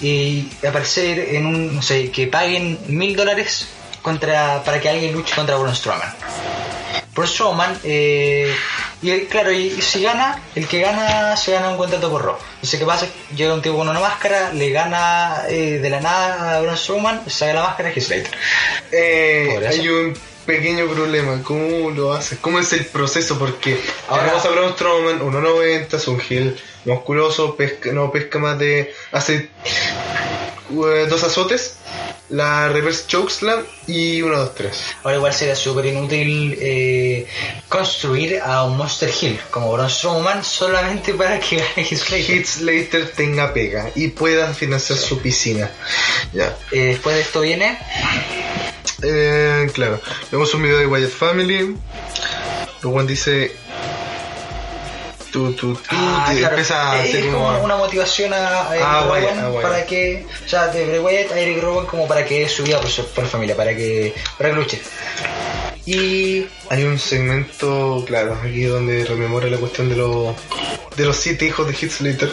S1: y aparecer en un, no sé, que paguen mil dólares contra para que alguien luche contra Braun Strowman. Braun Strowman, eh, y eh, claro, y, y si gana, el que gana se gana un contrato por Raw. Entonces, ¿qué pasa? Llega un tipo con una máscara, le gana eh, de la nada a Braun Strowman, saca la máscara y Heath Slater.
S2: Eh,
S1: Podría
S2: hay
S1: ser.
S2: un pequeño problema. ¿Cómo lo haces? ¿Cómo es el proceso? Porque
S1: Ahora-
S2: tenemos a Braun Strowman, 1.90, es un heel musculoso, pesca, no pesca más de. hace eh, dos azotes, la reverse chokeslam y 1, 2, 3.
S1: Ahora igual sería súper inútil eh, construir a un Monster Hill como Braun Strowman solamente para que gane Heath Slater.
S2: Hits later tenga pega y pueda financiar su piscina. Ya.
S1: Eh, después de esto viene...
S2: Eh, claro, vemos un video de Wyatt Family. Juan dice. Tú, tú, tú. y
S1: claro,
S2: Ah, Empieza a
S1: eh,
S2: hacer
S1: es como una motivación a, a Eric
S2: Ah,
S1: Rowan
S2: Wyatt, ah, Wyatt.
S1: para que... O sea, de Bray Wyatt a Eric Rowan como para que subiera por, su- por familia, para que, para que luche. Y...
S2: Hay un segmento, claro, aquí donde rememora la cuestión de los de los siete hijos de Hitslater.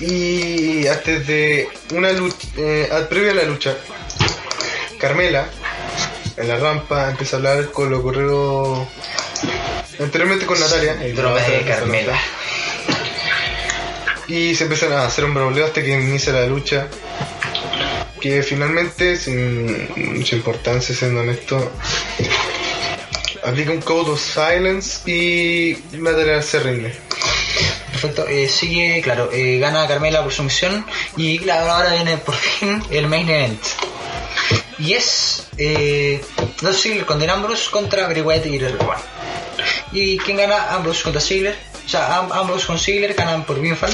S2: Y antes de una lucha, previa a la lucha, Carmela en la rampa empieza a hablar con lo ocurrido anteriormente con Natalia.
S1: el drama de Carmela.
S2: Y se empiezan a hacer un brauleo hasta que inicia la lucha. Que finalmente, sin mucha importancia, siendo honesto, aplica un Code of Silence y Natalia se rinde.
S1: Perfecto, eh, sigue, claro, eh, gana Carmela por sumisión y claro, ahora viene por fin el main event. Y es eh, Dolph Ziggler con Dean Ambrose contra Bray Wyatt y Eric Rowan. ¿Y quién gana? Ambrose contra Ziggler. O sea, Am- Ambrose con Ziggler ganan por Binfall.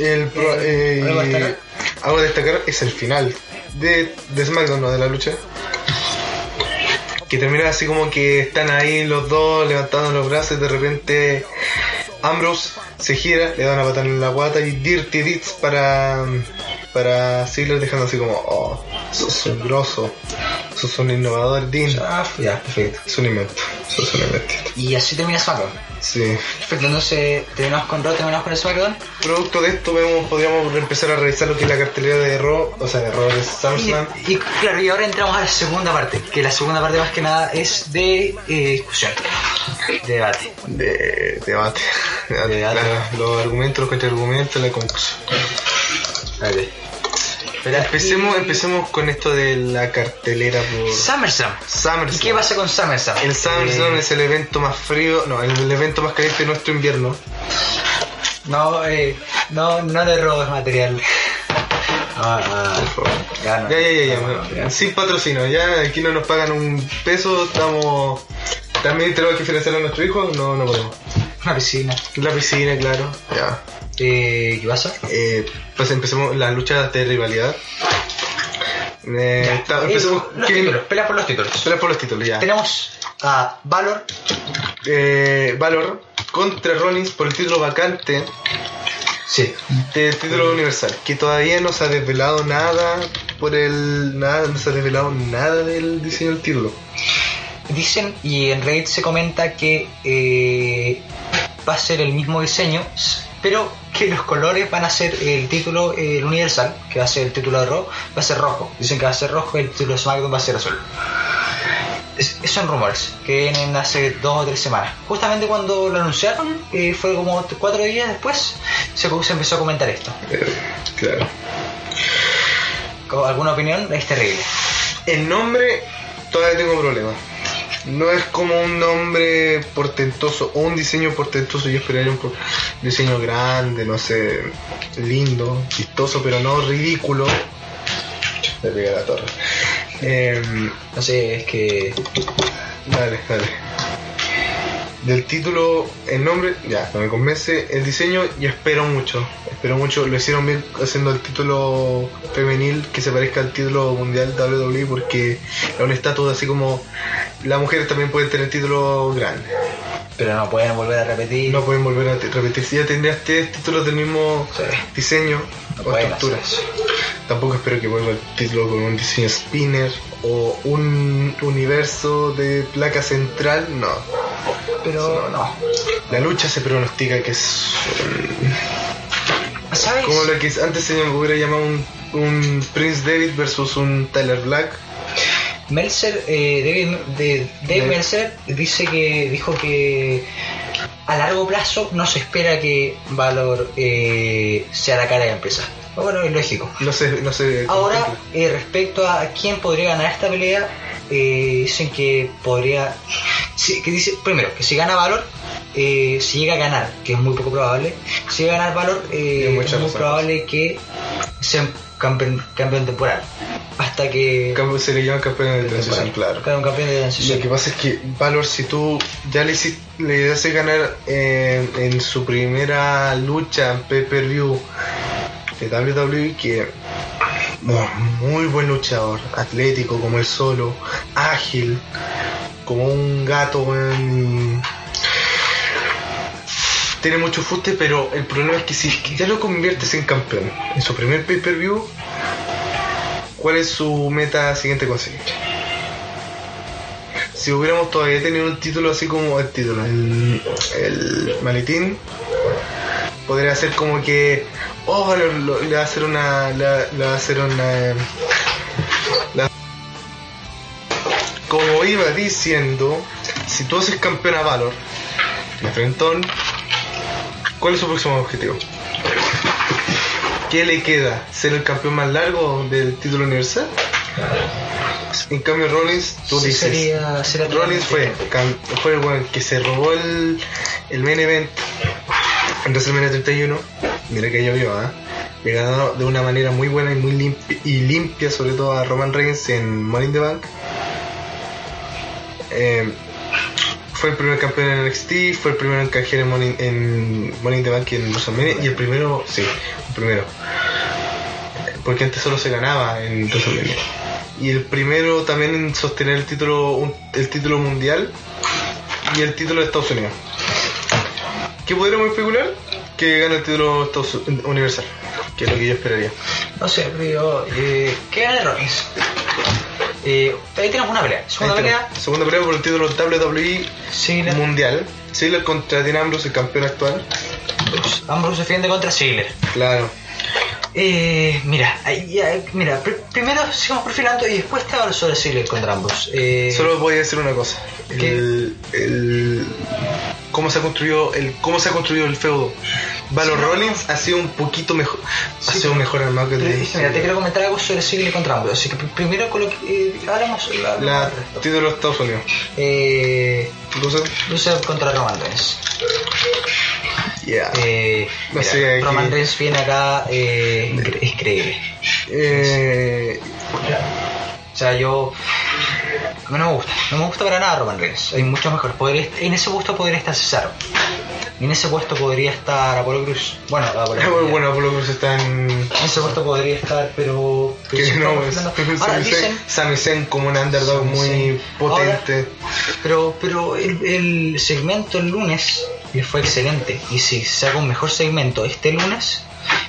S2: El pro-
S1: Eh,
S2: eh,
S1: ¿algo a destacar?
S2: algo a destacar es el final de, de SmackDown, ¿no? de la lucha. Que termina así como que están ahí los dos levantando los brazos y de repente Ambrose se gira, le da una patada en la guata y Dirty Deeds para, para Ziggler dejando así como, oh, sos un grosso, sos un innovador, Dean,
S1: Ah, ya, perfecto.
S2: es un invento, sos un invento.
S1: Y así termina SmackDown.
S2: Sí.
S1: Perfecto, entonces terminamos con Raw, terminamos con SmackDown.
S2: Producto de esto vemos, podríamos empezar a revisar lo que es la cartelera de Raw, o sea, de Raw de
S1: Y,
S2: SummerSlam.
S1: y, claro, y ahora entramos a la segunda parte, que la segunda parte más que nada es de eh, discusión, de debate.
S2: de debate.
S1: De debate.
S2: Claro, los argumentos, los contraargumentos, la conclusión.
S1: Vale. Pero
S2: Empecemos,
S1: y-
S2: empecemos con esto de la cartelera por
S1: SummerSlam. ¿Y
S2: SummerSlam.
S1: qué pasa con SummerSlam?
S2: El SummerSlam
S1: Eh,
S2: es el evento más frío, no, el, el evento más caliente de nuestro invierno.
S1: No, eh, no, no le robes material. Ah, ah, ya, no.
S2: Ya, ya, ya, ya, bueno,
S1: Ya.
S2: sin patrocinio, ya aquí no nos pagan un peso, estamos... También tenemos que financiar a nuestro hijo, no, no podemos.
S1: Una piscina.
S2: La piscina, claro. Ya.
S1: Eh, ¿Qué pasa?
S2: Eh, pues empecemos las luchas de rivalidad. Eh,
S1: Ya,
S2: está-
S1: eh,
S2: empecemos.
S1: los
S2: ¿Quién-
S1: títulos, peleas por los títulos.
S2: Espera por los títulos, ya.
S1: Tenemos a Valor
S2: Eh, Valor contra Rollins por el título vacante
S1: Sí.
S2: del título universal, que todavía no se ha desvelado nada por el nada, no se ha desvelado nada del diseño del título.
S1: Dicen, y en Reddit se comenta que eh, va a ser el mismo diseño, pero que los colores van a ser el título, eh, el universal, que va a ser el título de Raw, va a ser rojo. Dicen que va a ser rojo y el título de SmackDown va a ser azul. Es- son rumores que vienen hace dos o tres semanas. Justamente cuando lo anunciaron, eh, fue como cuatro días después, se, se empezó a comentar esto.
S2: Claro.
S1: ¿Alguna opinión? Es terrible.
S2: El nombre todavía tengo problemas. No es como un nombre portentoso o un diseño portentoso. Yo esperaría un po- diseño grande, no sé, lindo, vistoso, pero no ridículo. Le pegué a la torre. Em,
S1: No sé, es que
S2: Dale, dale. Del título, el nombre, ya, no me convence. El diseño, y espero mucho. Espero mucho. Lo hicieron bien haciendo el título femenil que se parezca al título mundial WWE E porque es un estatus así como las mujeres también pueden tener títulos grandes.
S1: pero no pueden volver a repetir.
S2: No pueden volver a te- repetir. Si ya tendrías tres títulos del mismo
S1: Sí.
S2: diseño
S1: No
S2: o
S1: pueden
S2: estructura.
S1: hacer eso.
S2: Tampoco espero que vuelva el título con un diseño spinner o un universo de placa central. No,
S1: Pero no.
S2: La lucha se pronostica que es
S1: ¿Sabes?
S2: como lo que antes se hubiera llamado un, un Prince David versus un Tyler Black.
S1: Meltzer, eh, David, de, Dave
S2: Dave.
S1: Meltzer dice que dijo que a largo plazo no se espera que Valor eh, sea la cara de la empresa. Bueno, es lógico.
S2: No sé, no sé.
S1: Ahora, eh, respecto a quién podría ganar esta pelea, eh, dicen que podría. sí, que dice, primero, que si gana Valor, eh, si llega a ganar, que es muy poco probable, si llega a ganar Valor, eh,
S2: Tiene
S1: es muy
S2: muchas razones.
S1: probable que sea campeón, campeón temporal. Hasta que.
S2: Cam- se le llama campeón de transición, claro.
S1: Claro, un campeón de
S2: Lo
S1: transición.
S2: que pasa es que Valor, si tú ya le, hiciste- le haces ganar eh, en su primera lucha en pay-per-view de WWE, que bueno, muy buen luchador, atlético como él solo, ágil, como un gato, weón. tiene mucho fuste, pero el problema es que si ya lo conviertes en campeón en su primer pay-per-view, ¿cuál es su meta siguiente conseguir? si hubiéramos todavía tenido un título así como el título, el, el maletín, podría ser como que, oh, lo- lo- le va a hacer una, le, va- le va a hacer una, eh, la- como iba diciendo, si tú haces campeón a Valor, de frentón, ¿cuál es su próximo objetivo? ¿Qué le queda? ¿Ser el campeón más largo del título universal? En cambio, Rollins, tú
S1: Sí,
S2: dices,
S1: sería- sería
S2: Rollins fue,
S1: totalmente
S2: cam- fue el weón que se robó el, el main event en WrestleMania 31. Mira que llovió, ¿ah? Le ganó de una manera muy buena y muy limpia, y limpia sobre todo a Roman Reigns en Money in the Bank. Eh, fue el primer campeón en NXT, fue el primero en canjear en Money, en Money in the Bank y en WrestleMania. Y el primero, sí, el primero. Porque antes solo se ganaba en WrestleMania y el primero también en sostener el título un- el título mundial y el título de Estados Unidos. ¿Qué podríamos especular? Que gane el título Estados- universal, que es lo que yo esperaría.
S1: No sé, pero digo, eh, ¿qué gana Rollins? Eh, ahí tenemos una pelea. Segunda
S2: Ahí
S1: pelea,
S2: tenemos. Segunda pelea por el título WWE
S1: sí, la-
S2: mundial. Ziggler contra Dean Ambrose, el campeón actual.
S1: Ambrose defiende contra Ziggler.
S2: Claro.
S1: Eh, mira, ahí ya, mira, pr- primero sigamos perfilando y después te hablo sobre Ziggler contra ambos. Eh,
S2: Solo voy a decir una cosa.
S1: ¿Qué?
S2: El, el- cómo se ha construido el cómo se ha construido el feudo. Valor
S1: Sí, no.
S2: Rollins ha sido un poquito mejor, ha
S1: Sí,
S2: sido un mejor armado que
S1: pero,
S2: el de-
S1: mira, te quiero comentar algo sobre Ziggler contra ambos. Así que pr- primero con lo que eh, hablamos.
S2: La
S1: hablamos del resto.
S2: título de los Estados Unidos.
S1: Eh,
S2: Russo.
S1: Rusev contra Roman Reigns.
S2: Yeah.
S1: Eh,
S2: No
S1: mira,
S2: sé, aquí-
S1: Roman Reigns viene acá, eh, incre- es increíble.
S2: Eh,
S1: O sea, yo. No me gusta, no me gusta para nada Roman Reigns. Hay muchos mejores. Podría- en ese gusto podría estar Cesaro. Y en ese puesto podría estar Apolo Cruz. Bueno, Apolo Crews ya.
S2: ah, bueno, Apolo Cruz está en.
S1: En ese puesto podría estar, pero... pero
S2: Que
S1: sí
S2: no,
S1: estamos
S2: es.
S1: hablando- Ahora
S2: Sami Zayn-
S1: dicen...
S2: Sami Zayn como un underdog
S1: Sami
S2: muy
S1: Zayn.
S2: potente.
S1: Pero, pero el, el segmento el lunes le fue excelente. Y si saca un mejor segmento este lunes,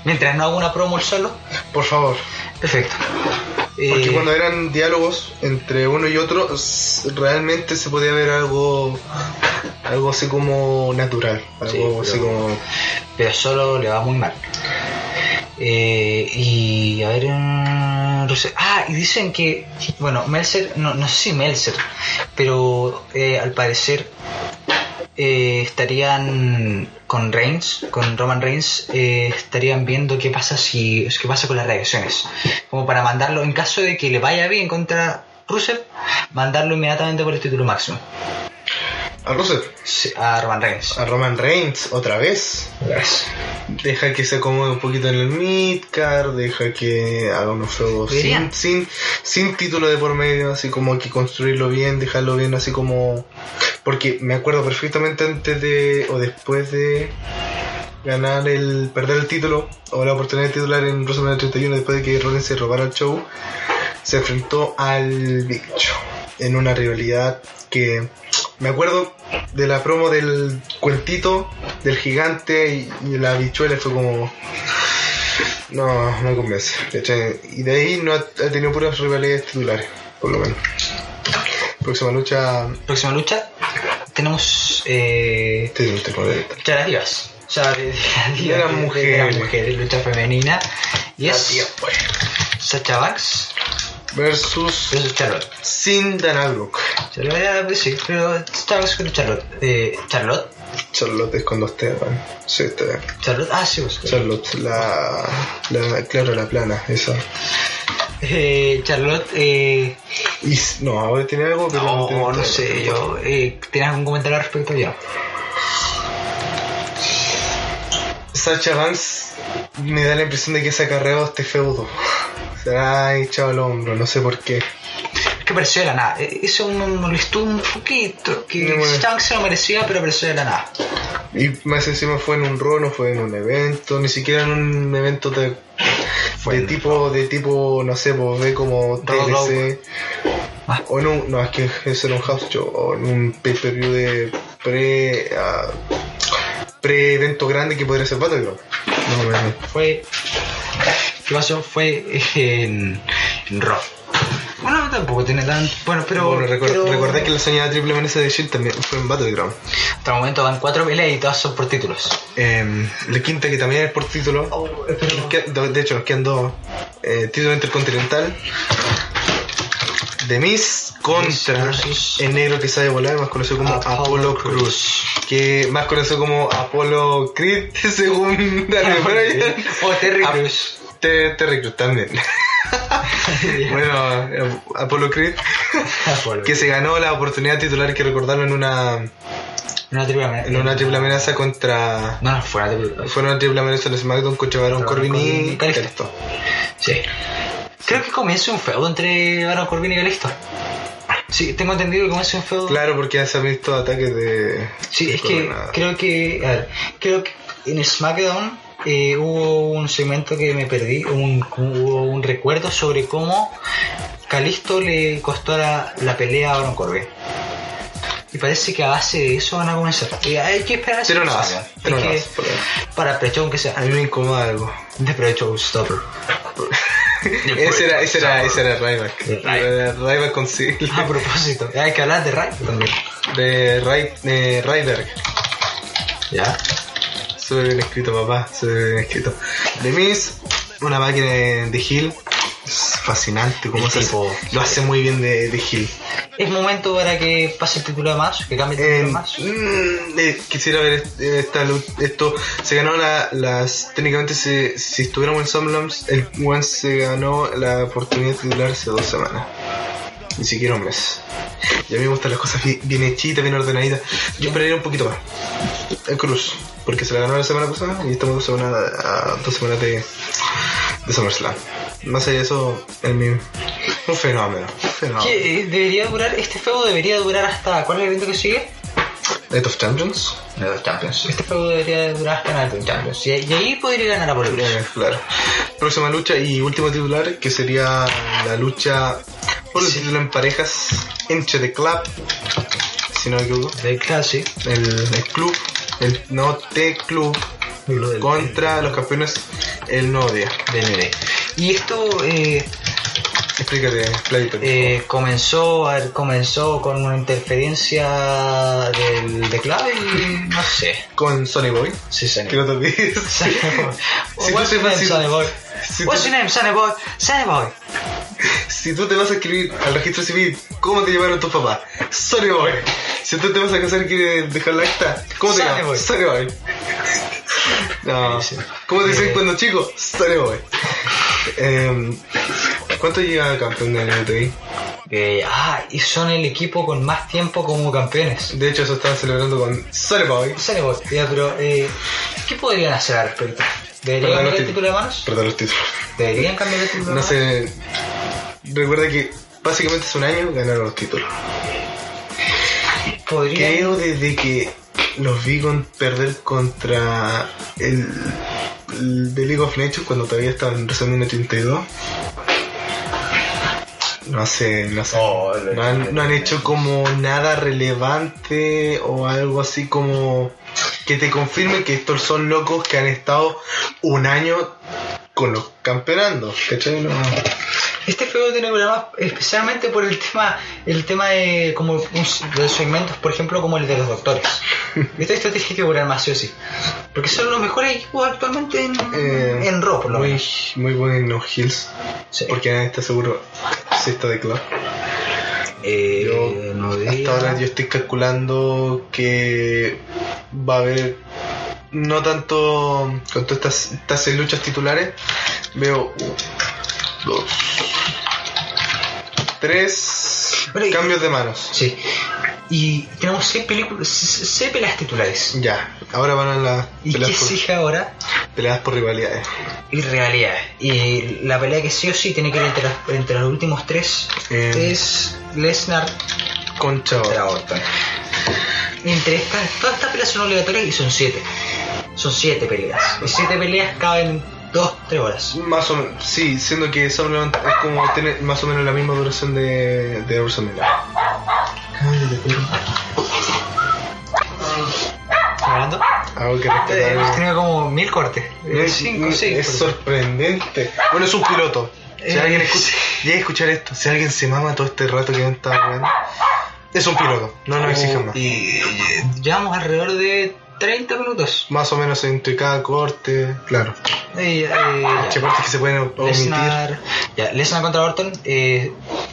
S1: mientras no haga una promo el solo,
S2: Por favor.
S1: perfecto.
S2: Porque
S1: Eh,
S2: cuando eran diálogos entre uno y otro, s- realmente se podía ver algo. Algo así como natural.
S1: Sí,
S2: Algo así
S1: pero-
S2: como.
S1: Pero solo le va muy mal. Eh, y a ver. mm, no sé. Ah, y dicen que. Bueno, Melzer. No, no sé si Melzer. Pero eh, al parecer. eh, estarían con Reigns, con Roman Reigns, eh, estarían viendo qué pasa si qué pasa con las reacciones, como para mandarlo en caso de que le vaya bien contra Rusev, mandarlo inmediatamente por el título máximo
S2: A Rusev.
S1: Sí, a Roman Reigns.
S2: A Roman Reigns, otra vez. Deja que se acomode un poquito en el midcard, deja que haga unos juegos sin,
S1: Deberían.
S2: sin, sin título de por medio, así como hay que construirlo bien, dejarlo bien, así como. Porque me acuerdo perfectamente antes de. o después de ganar el. perder el título, o la oportunidad de titular en WrestleMania 31, después de que Rollins se robara el show, se enfrentó al bicho en una rivalidad que. Me acuerdo de la promo del cuentito del gigante y, y la bichuela fue como. No, no me convence. ¿cachai? Y de ahí no ha, ha tenido puras rivalidades titulares, por lo menos. Próxima lucha.
S1: Próxima lucha tenemos eh,
S2: Este es el tema de esta.
S1: lucha de las divas. O sea, de, de las divas,
S2: De las
S1: de- de
S2: mujeres.
S1: las mujeres, lucha femenina. Y
S2: Las divas,
S1: es Sacha Banks
S2: Versus
S1: versus Charlotte.
S2: Sin Danalbrook.
S1: Charlotte era- sí, pero Sacha Banks versus Charlotte. Eh, Charlotte.
S2: Charlotte es cuando esté. bueno, Sí, está bien.
S1: Charlotte. Ah, sí, pues.
S2: Charlotte, la, la. Claro, la plana, esa.
S1: Eh, Charlotte, eh,
S2: Y, s- no, ahora tiene algo, pero.
S1: no,
S2: tiene
S1: no,
S2: nada.
S1: sé, yo. Eh, ¿Tienes algún comentario al respecto ya?
S2: Sacha Banks me da la impresión de que se acarreó este feudo. Se la ha echado al hombro, no sé por qué.
S1: Es que apareció de la nada. Eh, Eso me molestó un poquito. Que
S2: Me molestó.
S1: Sacha Banks se lo merecía, pero apareció de la nada.
S2: Y más encima fue en un rol, no fue en un evento, ni siquiera en un evento de, de
S1: en-
S2: tipo, de tipo, no sé, pues ve como
S1: Rock.
S2: TLC.
S1: Ah.
S2: O no, no, es que eso era un house show, o en un pay-per-view de pre, ah, pre-evento grande que podría ser Battleground. No, no, no.
S1: fue ¿qué pasó? fue en, en Raw bueno tampoco tiene tan bueno pero,
S2: bueno, recor-
S1: pero-
S2: recordad que la señal triple amenaza de Shield también fue en Battleground.
S1: hasta el momento van cuatro peleas y todas son por títulos
S2: Eh, la quinta que también es por título. Nos quedan- do- de hecho, nos quedan dos. Eh, título intercontinental. The Miz contra
S1: Miz versus-
S2: el negro que sabe volar, más conocido como Apollo,
S1: Apollo
S2: Cruz. Que más conocido como Apollo Creed, según Daniel Bryan.
S1: o Terry
S2: Ah.
S1: Crews
S2: Te- Terry Crews también. bueno, eh, Apollo Creed, que se ganó la oportunidad titular que recordaron en una,
S1: una triple amenaza
S2: en una triple amenaza contra.
S1: no, no, fue una triple amenaza.
S2: Fue una triple amenaza en SmackDown contra Baron
S1: Baron
S2: Corbin
S1: Corbin
S2: y
S1: y Kalisto.
S2: Kalisto.
S1: sí creo que comienza un feudo entre Baron Corbin y Calisto sí tengo entendido que comienza un feudo
S2: Claro, porque ya se han visto ataques de.
S1: Sí,
S2: de
S1: es que
S2: corona.
S1: creo que, a ver, creo que en SmackDown eh, hubo un segmento que me perdí, un, hubo un recuerdo sobre cómo Calisto le costó la, la pelea a Baron Corbin. Y parece que a base de eso van a comenzar. Y hay que esperar a
S2: Pero
S1: que
S2: nada,
S1: salga.
S2: pero
S1: Hay
S2: nada.
S1: que- Para Precho, aunque
S2: A
S1: sea.
S2: mí me incomoda algo.
S1: De Precho Stopper.
S2: Ese era, ese era, ese era Ryback.
S1: Ryback.
S2: Era Ryback con sí.
S1: A propósito, hay que hablar de Ray también.
S2: De Ry, de Ryberg.
S1: Ya.
S2: Súper bien escrito, papá. Súper bien escrito. De Miz, una máquina de, de Hill. Es fascinante cómo
S1: El
S2: se hace-
S1: tipo-
S2: Lo hace muy bien de, de Hill.
S1: Es momento para que pase el título de más, que cambie el título
S2: Eh,
S1: de más.
S2: mm, eh, quisiera ver est- eh, esta, lu- esto. Se ganó la- las. Técnicamente, se- si estuviéramos en Summerlands, el One se ganó la oportunidad de titular hace dos semanas. Ni siquiera un mes. Y a mí me gustan las cosas bi- bien hechitas, bien ordenaditas. Yo esperaría un poquito más. El Cruz, porque se la ganó la semana pasada y estamos dos semanas, a dos semanas de, de SummerSlam. Más allá de eso, el mismo. Un fenómeno. Un fenómeno.
S1: Que eh, debería durar, este feudo debería durar hasta. ¿Cuál es el evento que sigue?
S2: Death of Champions.
S1: de los Champions. Este juego debería durar hasta ganar el Champions. Y, y ahí podría ganar a Apocalipsis.
S2: Eh, claro. Próxima lucha y último titular que sería la lucha por el título en parejas entre The Club, si no me equivoco,
S1: Del Classic.
S2: el, el club, el no T Club contra los campeones el nuevo día.
S1: BNB. Y esto eh,
S2: Explícate, Playton.
S1: eh, comenzó, a ver, comenzó con una interferencia del, de clave y no sé.
S2: Con Sonny Boy,
S1: Sí, Sonic.
S2: que no te olvides.
S1: Sonic Boy.
S2: Si
S1: What's
S2: tú
S1: your
S2: te-
S1: name,
S2: si-
S1: Sonic Boy?
S2: si
S1: What's
S2: tú-
S1: your name, Sonic Boy? Sonic Boy.
S2: Si tú te vas a escribir al registro civil, ¿cómo te llamaron tus papás? Sonny Boy. Si tú te vas a casar y quieres dejar la acta, ¿cómo te
S1: Sonny
S2: llamas?
S1: Boy.
S2: Sonny Boy. No.
S1: Buenísimo.
S2: ¿Cómo te dicen
S1: Eh.
S2: cuando chico? Sonny Boy. Em, ¿Cuánto lleva campeón de LTI?
S1: Eh, ah, y son el equipo con más tiempo como campeones.
S2: De hecho, eso estaban celebrando con Sonny Boy.
S1: Sonic Boy, ya, pero eh, ¿qué podrían hacer al respecto? ¿Deberían
S2: Perdón,
S1: cambiar el
S2: no te-
S1: título de manos?
S2: Perdón los títulos.
S1: ¿Deberían cambiar el título de
S2: No
S1: manos?
S2: sé. Recuerda que básicamente hace un año ganaron los títulos.
S1: ¿Podrían
S2: Creo desde que los vi con perder contra el, el de League of Legends cuando todavía estaban en WrestleMania 82. No sé, no sé.
S1: Oh, el-
S2: no, han, no han hecho como nada relevante o algo así como que te confirme que estos son locos que han estado un año con los campeonando. ¿Cachai? No.
S1: Este juego tiene problemas especialmente por el tema el tema de como un- de los segmentos, por ejemplo, como el de los doctores. Esta estrategia que durar más sí o sí. Porque son los mejores equipos actualmente en,
S2: Eh,
S1: en Raw, por lo
S2: Muy,
S1: menos.
S2: muy buenos heels.
S1: Sí.
S2: Porque nadie está seguro si está de club.
S1: Eh,
S2: Yo,
S1: no
S2: hasta
S1: diría-
S2: ahora yo estoy calculando que va a haber no tanto con todas estas, estas seis luchas titulares veo uno, dos tres
S1: Pero y-
S2: cambios de manos
S1: Sí. Y tenemos seis películas, se- seis pelas titulares.
S2: ya ahora van a las
S1: ¿Y qué
S2: peleas, por,
S1: exige ahora?
S2: peleas por rivalidades
S1: Irrealidad. Y la pelea que sí o sí tiene que ir entre, las- entre los últimos tres
S2: Eh.
S1: es Lesnar
S2: concha
S1: de la
S2: ahora.
S1: Orton. Entre estas, todas estas peleas son obligatorias y son siete. Son siete peleas. Y siete peleas caben dos, tres horas.
S2: más o menos sí siendo que Summerland es como tener más o menos la misma duración de de WrestleMania
S1: ¿Estás hablando?
S2: algo que respetar
S1: Eh, hemos tenido como mil cortes. Eh,
S2: Es-
S1: Cinco,
S2: es,
S1: seis.
S2: es sorprendente. Bueno, es un piloto. Si
S1: Eh,
S2: alguien escucha, llega a escuchar esto, si alguien se mama todo este rato que no está hablando, es un piloto. No nos exigen más.
S1: Oh, Y eh, llevamos alrededor de 30 minutos.
S2: Más o menos entre cada corte, claro.
S1: Y, eh, ya.
S2: Hay partes que se pueden omitir.
S1: Lesnar, ya, Lesnar contra Orton. eh,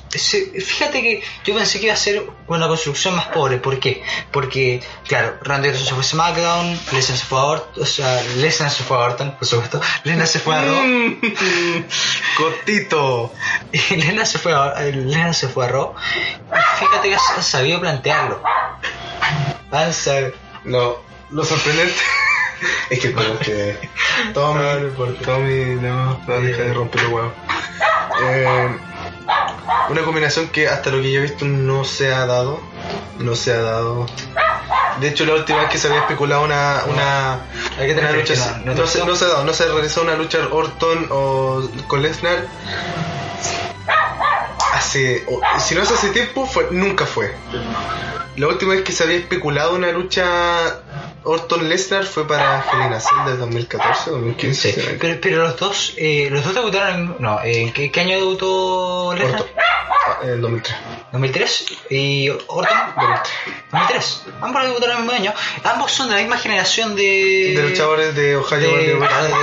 S1: se- fíjate que yo pensé que iba a ser una construcción más pobre. ¿Por qué? Porque, claro, Randy Orton se fue a SmackDown, Lesnar se fue a Orton, o sea, Lesnar se fue a Orton, por supuesto. Lesnar se fue a Raw.
S2: Mm, Cortito.
S1: y Lesnar se fue a, eh, Lesnar se fue a Raw. Y fíjate que han sabido plantearlo. Han sabido.
S2: No, lo sorprendente. es que como que Tommy,
S1: Ah,
S2: Tommy no, no deja de romper el huevo. Eh, una combinación que hasta lo que yo he visto no se ha dado. No se ha dado. De hecho, la última vez que se había especulado una, una,
S1: Hay que tener
S2: una lucha.
S1: cuidado,
S2: No,
S1: no te
S2: se,
S1: gustó.
S2: no se ha dado, no se realizó una lucha Orton o con Lesnar. Hace. o- si no es hace tiempo, fue, nunca fue. La última vez que se había especulado una lucha Orton Lesnar fue para Helena Cell del 2014, 2015.
S1: Sí, pero, pero los dos, eh, los dos debutaron en, no, eh, ¿qué, qué año debutó Lesnar?
S2: Orton. Ah, En el 2003.
S1: 2003 y Orton
S2: 2003.
S1: 2003. Ambos debutaron en el mismo año. Ambos son de la misma generación de.
S2: De luchadores de
S1: de,
S2: Ohio, de,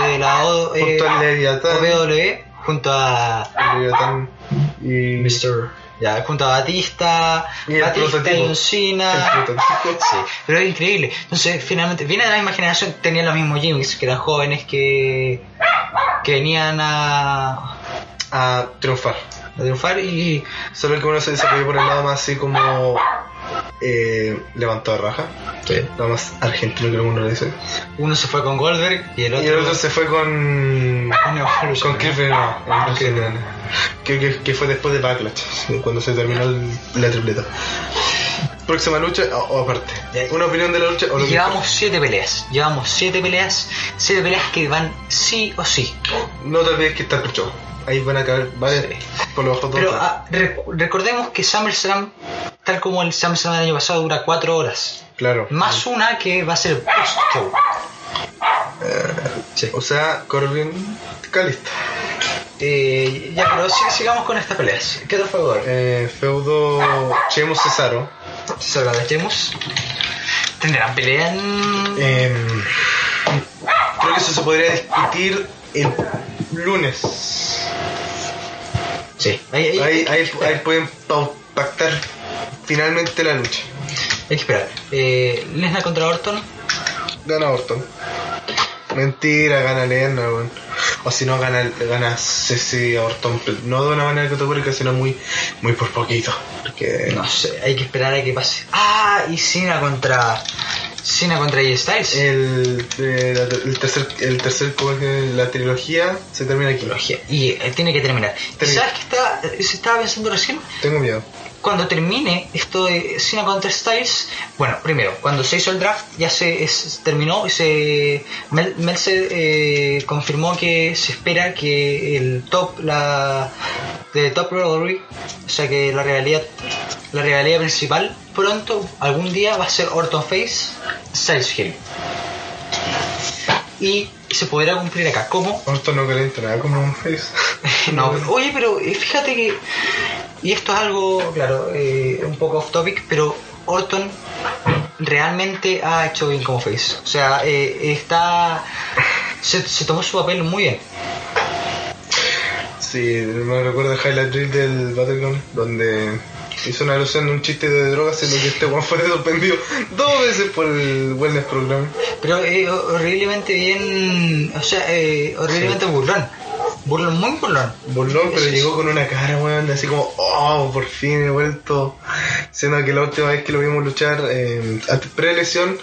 S1: de la O- eh,
S2: junto al Leviatán.
S1: OVW, junto a.
S2: Leviatán y
S1: Mr. Ya, junto a Batista,
S2: Y el
S1: Batista,
S2: prototipo.
S1: John
S2: el
S1: Cena.
S2: prototipo.
S1: Ah. Sí, pero es increíble. Entonces, finalmente, viene de la misma generación, tenían los mismos gimmicks, que eran jóvenes que. que venían a.
S2: A triunfar.
S1: a triunfar y.
S2: Solo que uno se desarrolló por el lado más así como eh, levantado a raja. Nada más argentino creo que uno le dice.
S1: Uno se fue con Goldberg y el otro.
S2: Y el otro se fue con.
S1: con Evolution.
S2: Pues Con Cliff Renaud. Con Cliff Renaud. Que, que- que fue después de Backlash, cuando se terminó el- la tripleta. próxima lucha o, o aparte. Una opinión de la lucha o lo que
S1: Llevamos siete peleas. Llevamos siete peleas. Siete peleas que van sí o sí.
S2: sea. No te olvides que está el show. Ahí van a caer varias por lo bajo dos.
S1: Pero ah, re- recordemos que SummerSlam, tal como el SummerSlam del año pasado, dura cuatro horas.
S2: claro.
S1: Más una que va a ser post-show. sí.
S2: O sea, Corbin Calista.
S1: Eh, ya, pero sí- sigamos con estas peleas. ¿Qué otro favor?
S2: Eh, feudo Chemo Cesaro.
S1: Se lo dejemos. ¿Tendrán pelea en...
S2: Eh, creo que eso se podría discutir el lunes.
S1: Sí. Ahí, ahí-
S2: Ahí, ahí, ahí pueden pau- pactar finalmente la lucha.
S1: hay que esperar. Eh, Lesnar contra Orton.
S2: Gana Orton. Mentira, gana Lesnar, weón. O si no, gana, gana Ceci a Orton. pero No de una manera categórica, sino muy, muy por poquito. Porque
S1: No sé, hay que esperar a que pase. Ah, y Cena contra... Cena contra AJ Styles.
S2: el, eh, la- el tercer, el tercer, como que la trilogía se termina aquí.
S1: trilogía. Y eh, tiene que terminar. ¿Y
S2: Termina.
S1: ¿Sabes qué estaba, eh, se estaba pensando recién?
S2: Tengo miedo.
S1: Cuando termine esto de Cena contra Styles, bueno, primero, cuando se hizo el draft ya se es- terminó y se. Mel, Meltzer, eh, confirmó que se espera que el top, la. de Top Rivalry, o sea que la rivalidad, la rivalidad principal, pronto, algún día va a ser Orton Face, Styles Hill. Y se podrá cumplir acá. ¿Cómo?
S2: Orton no calienta nada como un face.
S1: No, pero- oye, pero eh, fíjate que. Y esto es algo, claro, eh, un poco off topic, pero Orton realmente ha hecho bien como face. O sea, eh, está. Se, se tomó su papel muy bien.
S2: Sí, me recuerdo el Highlight Reel del Battleground, donde hizo una alusión a un chiste de drogas en lo que este Juan fue sorprendido dos veces por el Wellness Program.
S1: Pero eh, horriblemente bien. O sea, eh, horriblemente burlón. Burlón, muy burlón.
S2: Burlón, pero
S1: Sí, sí.
S2: llegó con una cara, weón, así como, oh, por fin he vuelto. Siendo que la última vez que lo vimos luchar, eh, antes- pre-lesión,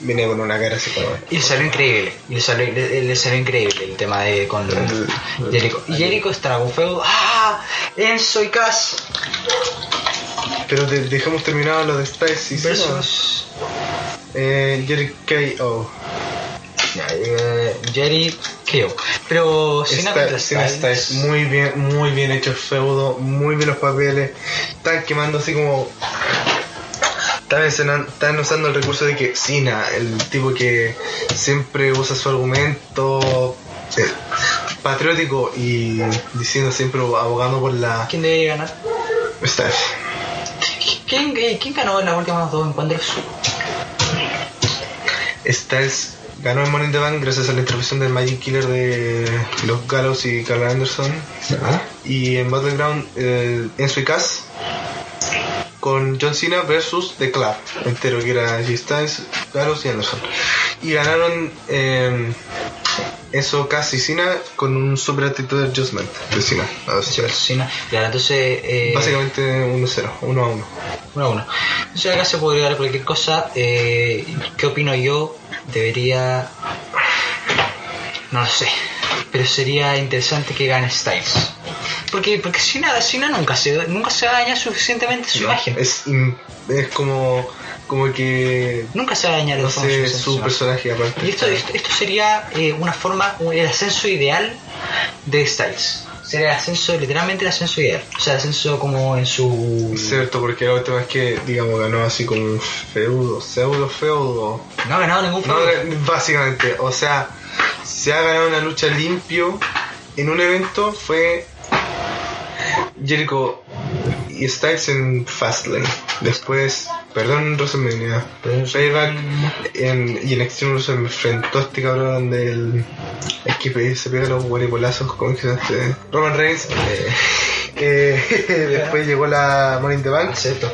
S2: venía con una cara así como,
S1: Y le salió increíble, y le salió, le, le salió increíble el tema de con
S2: El-
S1: Jericho. Y Jericho está con feudo. ¡Ah! Enzo y Cass
S2: Pero te- dejamos terminado lo de Styles y
S1: versus.
S2: eh, Jerry K.O.
S1: Eh, Jerry Keo. Pero Cena
S2: Está-
S1: contra
S2: Cena
S1: Styles.
S2: Styles, muy bien, muy bien hecho el feudo, muy bien los papeles, están quemando así como están, escena- están usando el recurso de que Cena, el tipo que siempre usa su argumento eh, patriótico y diciendo siempre abogando por la
S1: ¿Quién debería ganar?
S2: Styles.
S1: ¿Quién, eh, quién ganó en los últimos dos encuentros?
S2: Styles ganó el Money in the Bank gracias a la intervención del Magic Killer de los Gallows y Carl Anderson. Y en Battleground, eh, en su Cass con John Cena versus The Club entero, que era G. Styles, Gallows y Anderson. Y ganaron eh, eso Cass y Cena con un super actitud de adjustment de Cena. O sea,
S1: Cena. Ya, entonces. Eh,
S2: Básicamente 1-0, 1 1.
S1: Uno a uno. Entonces acá se podría dar cualquier cosa. Eh, ¿Qué opino yo? Debería. No lo sé. Pero sería interesante que gane Styles. Porque, porque Cena, Cena nunca se nunca se daña suficientemente su imagen.
S2: Es, in- es como, como que.
S1: Nunca se daña
S2: No sé, su personaje aparte.
S1: Y esto, esto, esto sería eh, una forma, un- el ascenso ideal de Styles. Sería el ascenso, literalmente el ascenso ideal. O sea, el ascenso como en su...
S2: Cierto, porque la última vez que, digamos, ganó así como un feudo, pseudo feudo.
S1: No ha ganado ningún
S2: No, eh,
S1: feudo.
S2: básicamente, o sea, se ha ganado una lucha limpio en un evento fue Jericho y Styles en Fastlane. Después, perdón, WrestleMania, Payback en, y en Extreme Rules se enfrentó a este cabrón donde el, es que pe- se pega los guaribolazos con este Roman Reigns. Eh, después llegó la Money in the Bank,
S1: Acepto.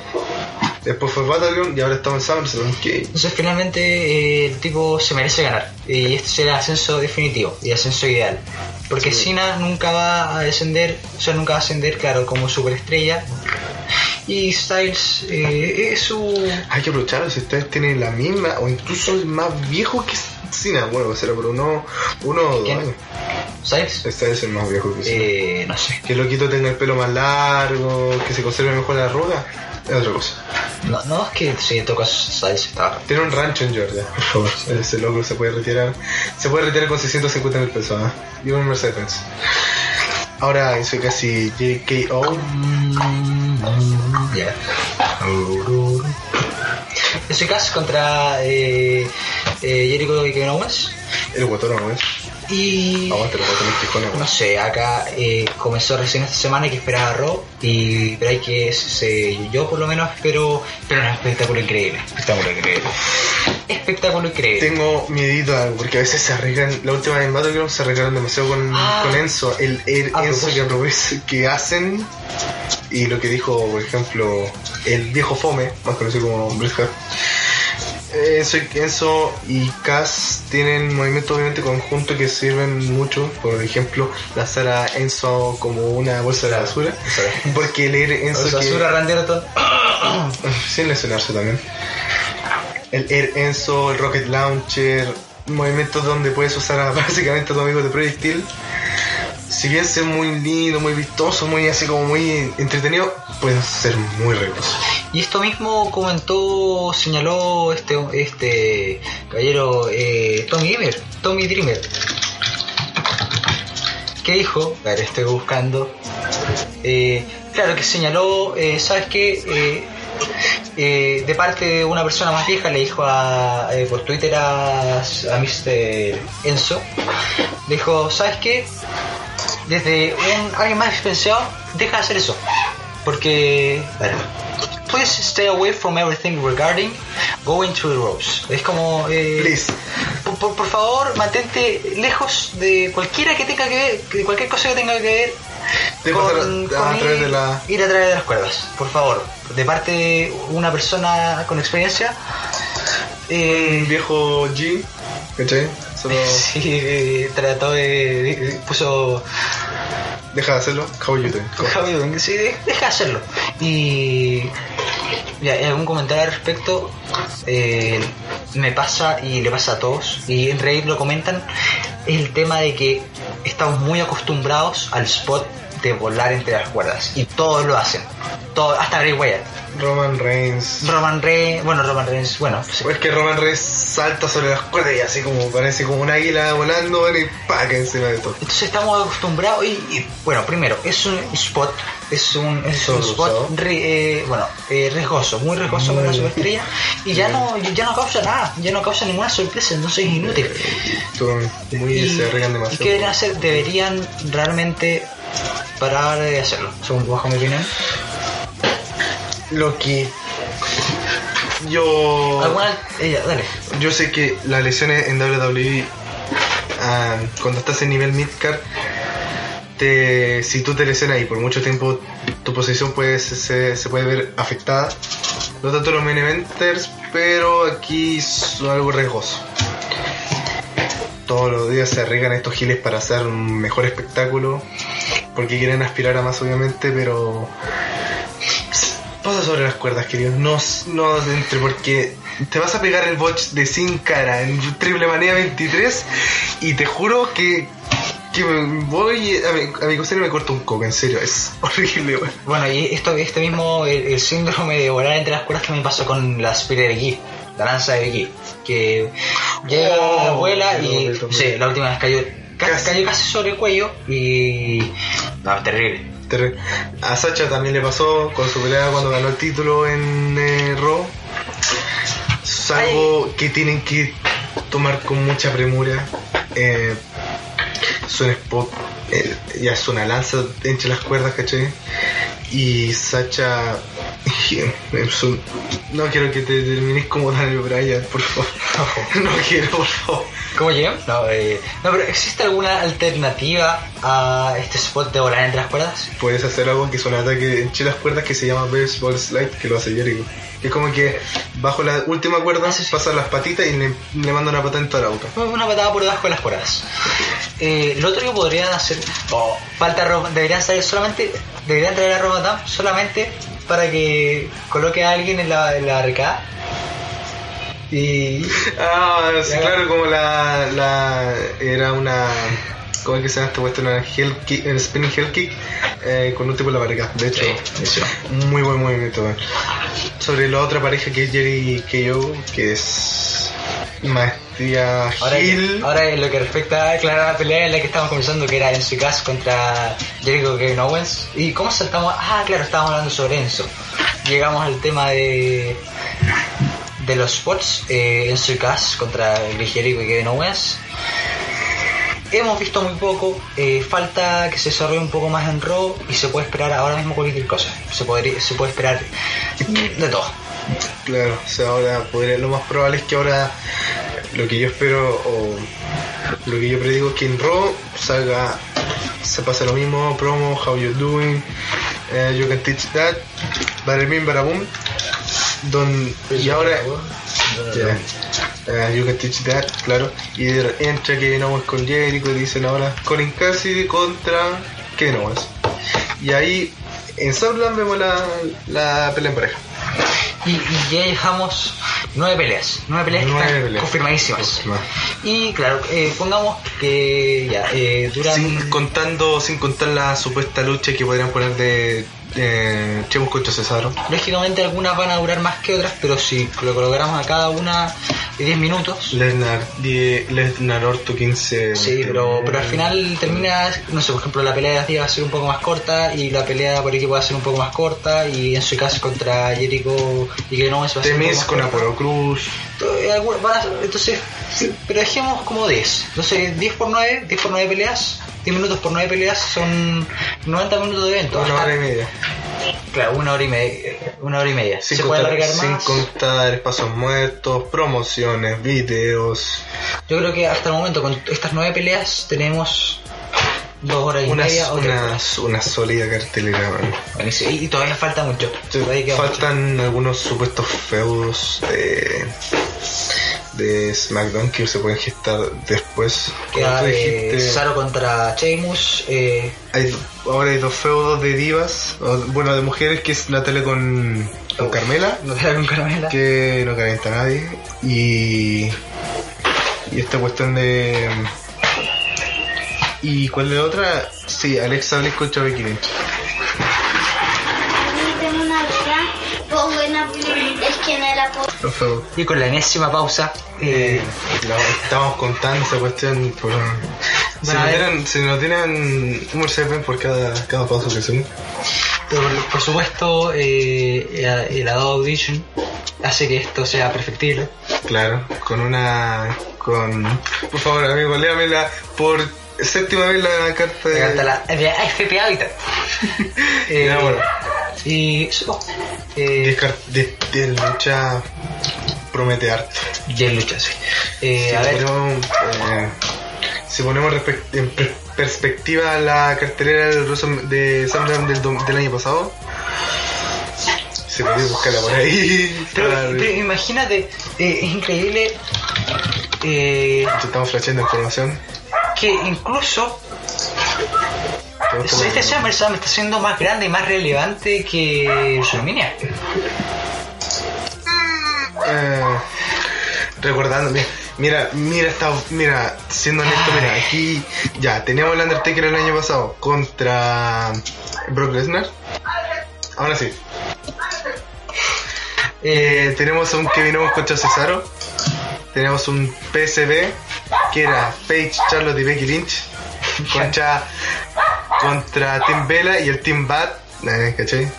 S2: después fue Battleground y ahora estamos en SummerSlam. Que
S1: Entonces finalmente eh, el tipo se merece ganar. Y este será el ascenso definitivo y el ascenso ideal. Porque Cena nunca va a descender, o sea, nunca va a ascender, claro, como superestrella. Y Styles eh, es su...
S2: Hay que aprovecharlo si ustedes tienen la misma o incluso el más viejo que Cena. Bueno, será por uno, uno o dos
S1: ¿Quién?
S2: años.
S1: ¿Styles?
S2: Este es el más viejo que Cena.
S1: Eh, no sé.
S2: Que el loquito tenga el pelo más largo, que se conserve mejor la arruga. es otra cosa.
S1: No, no es que si tocas Size está.
S2: Tiene un rancho en Georgia, por favor. Ese loco se puede retirar. Se puede retirar con 650 mil pesos. ¿ah? Y un Mercedes-Benz. Ahora soy casi JKO.
S1: Ya. Ese caso contra eh, eh, Jericho y Kevin Owens.
S2: El guatón, ¿no es?
S1: Y.
S2: Aguanta el guatón, el quijón,
S1: No
S2: weón.
S1: sé, acá eh, comenzó recién esta semana y que esperaba Raw y pero hay que se, yo por lo menos espero pero un espectáculo increíble, espectáculo increíble, espectáculo increíble.
S2: Tengo miedito a algo, porque a veces se arreglan, la última vez en Battleground se arreglaron demasiado con,
S1: Ah.
S2: con Enzo, el, el
S1: Ah,
S2: Enzo
S1: pues.
S2: que, robes- que hacen y lo que dijo, por ejemplo, el viejo Fome, más conocido como Bret Hart. Eh, Enzo, y- Enzo y Cass tienen movimientos obviamente conjuntos que sirven mucho, por ejemplo, lanzar a Enzo como una bolsa de la basura, porque leer Enzo que-
S1: Osasura Randerton.
S2: sin lesionarse también. El Air Enzo, el Rocket Launcher, movimientos donde puedes usar a básicamente a tu amigo de proyectil. Si bien es muy lindo, muy vistoso, muy así como muy entretenido, pueden ser muy regloso.
S1: Y esto mismo comentó, señaló este este caballero eh, Tommy Dreamer, Tommy Dreamer. ¿Qué dijo? A ver, estoy buscando. Eh, claro que señaló, eh, ¿sabes qué? Eh, eh, de parte de una persona más vieja le dijo a, eh, por Twitter a, a Mr. Enzo, le dijo, ¿sabes qué? Desde un, alguien más dispensado, deja de hacer eso. Porque, bueno, please stay away from everything regarding going through the ropes. Es como... eh,
S2: Please.
S1: por, por- por favor, mantente lejos de cualquiera que tenga que ver, que cualquier cosa que tenga que ver
S2: De pasar a- a
S1: ir,
S2: través de la-
S1: ir a través de las cuerdas, por favor. De parte de una persona con experiencia.
S2: El
S1: Eh,
S2: viejo G, ¿cachai? Solo
S1: sí, eh, trató de, de- puso
S2: deja de hacerlo, how you doing?
S1: Javi Domínguez, sí, de- deja de hacerlo. Y ya, eh, algún comentario al respecto eh, me pasa y le pasa a todos. Y en Reddit lo comentan. Es el tema de que estamos muy acostumbrados al spot de volar entre las cuerdas. Y todos lo hacen. Todo, hasta Bray Wyatt.
S2: Roman Reigns.
S1: Roman Reigns, bueno, Roman Reigns, bueno, sí.
S2: Es que Roman Reigns salta sobre las cuerdas y así como parece como un águila volando ¿vale? y pa, que encima de todo.
S1: Entonces estamos acostumbrados y, y, bueno, primero, es un spot, es un, es un
S2: Solo
S1: spot
S2: usado.
S1: ri- eh, bueno, eh, riesgoso, muy riesgoso
S2: Muy
S1: para una
S2: bien.
S1: superestrella y ya no, ya no causa nada, ya no causa ninguna sorpresa, entonces es inútil.
S2: Son Muy
S1: y,
S2: se arreglan
S1: ¿y
S2: demasiado.
S1: qué deberían hacer? Deberían realmente parar de hacerlo, según bajo mi opinión.
S2: Lo que yo
S1: Alguna, eh, ya, dale.
S2: yo sé que las lesiones en WWE ah, cuando estás en nivel midcard te, si tú te lesionas y por mucho tiempo tu posición puede, se- se, se puede ver afectada no tanto los main eventers pero aquí es algo riesgoso todos los días se arriesgan estos giles para hacer un mejor espectáculo porque quieren aspirar a más obviamente pero Pasa sobre las cuerdas, querido. No, no entre porque te vas a pegar el botch de sin cara en triple manía 23 y te juro que, que me voy a mi, a mi cocina y me corto un coco, en serio, es horrible, weón.
S1: Bueno, y esto, este mismo, el, el síndrome de volar entre las cuerdas que me pasó con la Spirit de Guy, la lanza de Guy, que llega,
S2: Oh,
S1: vuela
S2: qué
S1: y,
S2: bonito,
S1: sí,
S2: bonito.
S1: la última vez cayó casi,
S2: Casi.
S1: cayó casi sobre el cuello y... No, terrible.
S2: Terri- A Sacha también le pasó con su pelea cuando ganó el título en eh, Raw. Es algo que tienen que tomar con mucha premura. Eh, es un spot, eh, ya es una lanza entre las cuerdas, ¿cachai? Y Sacha. es un- No quiero que te termines como Daniel Bryan, por favor. No quiero, por favor.
S1: ¿Cómo llegan? No, eh, no, pero ¿existe alguna alternativa a este spot de volar entre las cuerdas?
S2: puedes hacer algo que es un ataque entre las cuerdas que se llama baseball slide que lo hace Jericho que es como que bajo la última cuerda
S1: Sí, sí.
S2: pasan las patitas y le, le manda una patada en toda la boca
S1: Una patada por debajo de las cuerdas. Eh, lo otro que podrían hacer, oh, falta Roma, deberían salir solamente, deberían traer a Roma Tam solamente para que coloque a alguien en la, en la arcada. Y.
S2: ah sí, claro como la, la era una ¿Cómo es que se llama esta cuestión? El, heel kick- el spinning heel kick eh, con un tipo en la pareja. De hecho,
S1: Eso.
S2: muy buen movimiento. weón. Sobre la otra pareja que es Jerry y KO, que es Maestría
S1: Ahora,
S2: Hill.
S1: ahora en lo que respecta a aclarar la pelea en la que estábamos conversando, que era Enzo y Cass contra Jericho Kevin Owens. ¿Y cómo saltamos? Ah, claro, estábamos hablando sobre Enzo. Llegamos al tema de de los spots, eh, Enzo y Cass contra Chris Jericho y Kevin Owens. Hemos visto muy poco, eh, falta que se desarrolle un poco más en Raw y se puede esperar ahora mismo cualquier cosa. Se, podría, se puede esperar de todo.
S2: Claro, o sea, ahora podría, lo más probable es que ahora lo que yo espero o lo que yo predigo es que en Raw salga, se pase lo mismo, promo, how you doing, eh, you can teach that, barabim barabum, don, y ahora, ya, eh, you can teach that, claro, y de- entra Kevin Owens con Jericho y dicen ahora Colin Cassidy contra Kevin Owens. Y ahí en Southland vemos la, la pelea en pareja.
S1: Y, y ya dejamos nueve peleas, nueve peleas que
S2: Nueve
S1: están
S2: peleas.
S1: confirmadísimas.
S2: Confirmadas.
S1: Y claro, eh, pongamos que ya, eh, duran...
S2: Sin mm, contando, sin contar la supuesta lucha que podrían poner de, de Chemos contra Cesaro.
S1: Lógicamente algunas van a durar más que otras, pero si lo colocáramos a cada una 10 minutos,
S2: Lesnar, die- Lesnar Orto este, 15.
S1: sí, pero, pero al final termina, no sé, por ejemplo, la pelea de Díaz va a ser un poco más corta y la pelea por equipo va a ser un poco más corta y en su caso contra Jericho y que no va a ser un poco
S2: Temis
S1: más
S2: con
S1: corta.
S2: Apolo Cruz.
S1: Eh, alguna- van a- Entonces, sí, pero dejemos como 10. Entonces, 10 por 9, 10 por 9 peleas, 10 minutos por 9 peleas son 90 minutos de evento.
S2: Una
S1: Hasta-
S2: hora y media.
S1: Claro, una hora y media. Una hora y media.
S2: Sin
S1: Se puede
S2: contar,
S1: alargar
S2: sin
S1: más.
S2: contar pasos muertos, promociones, videos.
S1: Yo creo que hasta el momento, con estas 9 peleas, tenemos 2 horas y
S2: Una,
S1: media. o tres
S2: una,
S1: horas.
S2: una sólida cartelera. man.
S1: Buenísimo. Y, y todavía falta mucho.
S2: Sí,
S1: Todavía queda mucho.
S2: faltan algunos supuestos feudos de, de SmackDown que se pueden gestar después. Como
S1: Queda
S2: tú
S1: eh,
S2: dijiste,
S1: Cesaro contra Sheamus. Eh,
S2: hay- ahora hay dos feudos de divas, o- bueno, de mujeres, que es Natalia con, con Carmela,
S1: no te da con Carmela.
S2: que no calienta a nadie, y, y esta cuestión de... ¿Y cuál es la otra? Sí, Alexa Bliss contra Becky Lynch.
S3: Tengo una duda. Pongo en la es que no la puedo.
S2: Los feudos.
S1: Y con la enésima pausa. eh,
S2: No, estamos contando esa cuestión por... Si
S1: Bueno,
S2: nos
S1: a ver.
S2: dieran, si nos dieran un Mercedes por cada, cada paso que hacemos.
S1: Por, por supuesto, eh, la- el Adobe Audition hace que esto sea perfectible.
S2: Claro, con una... con... Por favor, amigo, léamela por séptima vez la carta de...
S1: Me encanta la de AFP Habitat. Eh,
S2: Ya, bueno.
S1: Y eso. Eh,
S2: Descar- de, de lucha promete harto.
S1: y el lucha, sí. Eh,
S2: si,
S1: a ver,
S2: ponemos, eh, si ponemos respec- en per- perspectiva la cartelera del Rosa- de Sandram del, dom- del año pasado, se podría buscarla por ahí.
S1: pero,
S2: Para-
S1: pero imagínate, eh, es increíble eh,
S2: Estamos flasheando información.
S1: que incluso
S2: Estamos como-
S1: este SummerSlam está siendo más grande y más relevante que Surminia.
S2: Eh, recordándome. Mira, mira, esta, mira, siendo honesto, mira, aquí ya teníamos el Undertaker el año pasado contra Brock Lesnar. Ahora sí, Eh, tenemos a un Kevin Owens contra Cesaro. Tenemos un PSB que era Paige, Charlotte y Becky Lynch contra, contra Team Vela y el Team Bad. eh, ¿Cachai?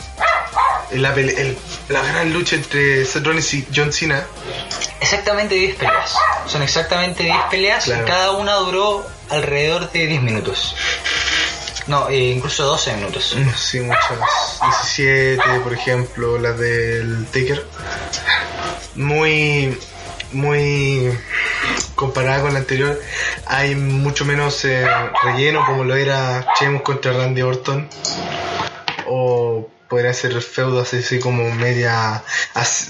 S2: La, pele- el- la gran lucha entre Seth Rollins y John Cena.
S1: Exactamente 10 peleas. Son exactamente 10 peleas
S2: Claro.
S1: y cada una duró alrededor de 10 minutos. No, eh, incluso 12 minutos.
S2: No sé, muchas. 17, por ejemplo, las del Taker. Muy. Muy. Comparada con la anterior, hay mucho menos eh, relleno, como lo era Chemos contra Randy Orton. O podría ser feudo así, así como media. as-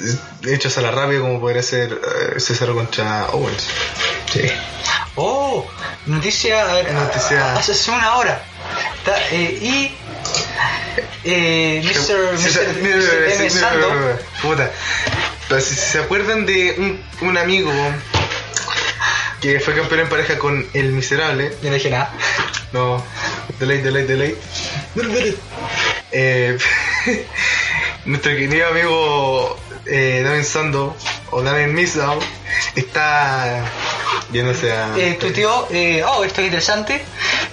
S2: hechos a la rabia, como podría ser eh, César contra Owens. Sí.
S1: Oh, noticia, a ver,
S2: Noticia.
S1: hace- hace una hora. Ta- eh, y eh, Mr.
S2: Si se-
S1: Mr. Mr. M.
S2: mira, mira, mira, mira,
S1: Sando,
S2: mira, puta. Pero si si se acuerdan de un, un amigo que fue campeón en pareja con El Miserable.
S1: Yo no dije nada.
S2: No, delay, delay, delay. Eh, nuestro querido amigo eh, Damien Sando, o Damien Missdown, está viéndose a.
S1: Eh, tuiteó, eh, oh, esto es interesante,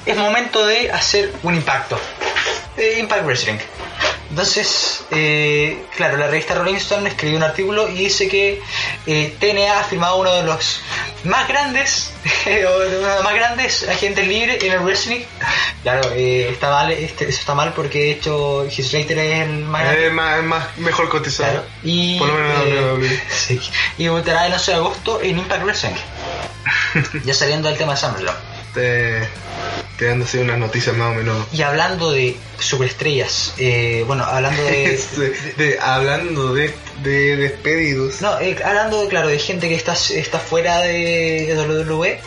S1: es momento de hacer un impacto. Eh, Impact Wrestling. Entonces, eh, claro, la revista Rolling Stone escribió un artículo y dice que eh, TNA ha firmado uno de los más grandes, eh, o de uno de los más grandes agentes libres en el wrestling. Claro, eh, está mal, este- eso está mal porque de hecho Heath Slater es el más grande.
S2: Eh, más, es más- mejor cotizado.
S1: Claro. Y,
S2: Por lo menos en la E.
S1: eh,
S2: WWE.
S1: sí. y votará el 11 de agosto en Impact Wrestling. ya saliendo del tema de SummerSlam.
S2: Te, te dando así unas noticias más o menos.
S1: Y hablando de superestrellas, eh, bueno, hablando de...
S2: Este, De- de- hablando de, de despedidos.
S1: No, eh, hablando, claro, de gente que está, está fuera de WWE.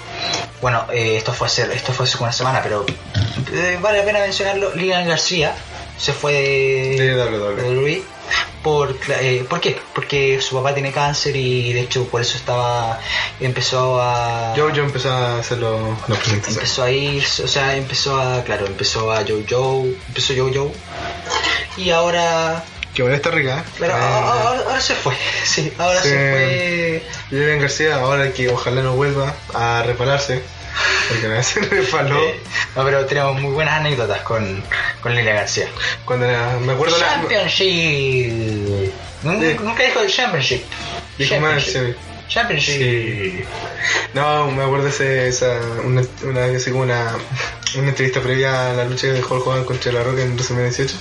S1: Bueno, eh, esto fue hace, esto fue hace una semana, pero eh, vale la pena mencionarlo. Lilian García se fue
S2: De
S1: de,
S2: WWE.
S1: de WWE. Por, cla- eh, ¿Por qué? Porque su papá tiene cáncer y de hecho por eso estaba empezó a
S2: Yo, yo empecé a hacer los los presentaciones.
S1: empezó a ir, o sea, empezó a, claro, empezó a Joe Joe, empezó Joe Joe y ahora,
S2: Que voy a estar rica. ¿eh?
S1: claro,
S2: Eh,
S1: ahora, ahora- ahora se fue, sí, ahora
S2: Sí.
S1: se fue.
S2: Lilian García, ahora que ojalá no vuelva a repararse. Porque una vez se reparó.
S1: Eh, No, pero tenemos muy buenas anécdotas con, con Lilia García.
S2: Cuando era- me acuerdo la.
S1: Championship. Nunca,
S2: Sí.
S1: nunca dijo el Championship.
S2: Dijo más, sí.
S1: Championship.
S2: Sí. No, me acuerdo ese, esa, una, una vez así como una, una entrevista previa a la lucha de Hulk Hogan contra La Roca en WrestleMania 18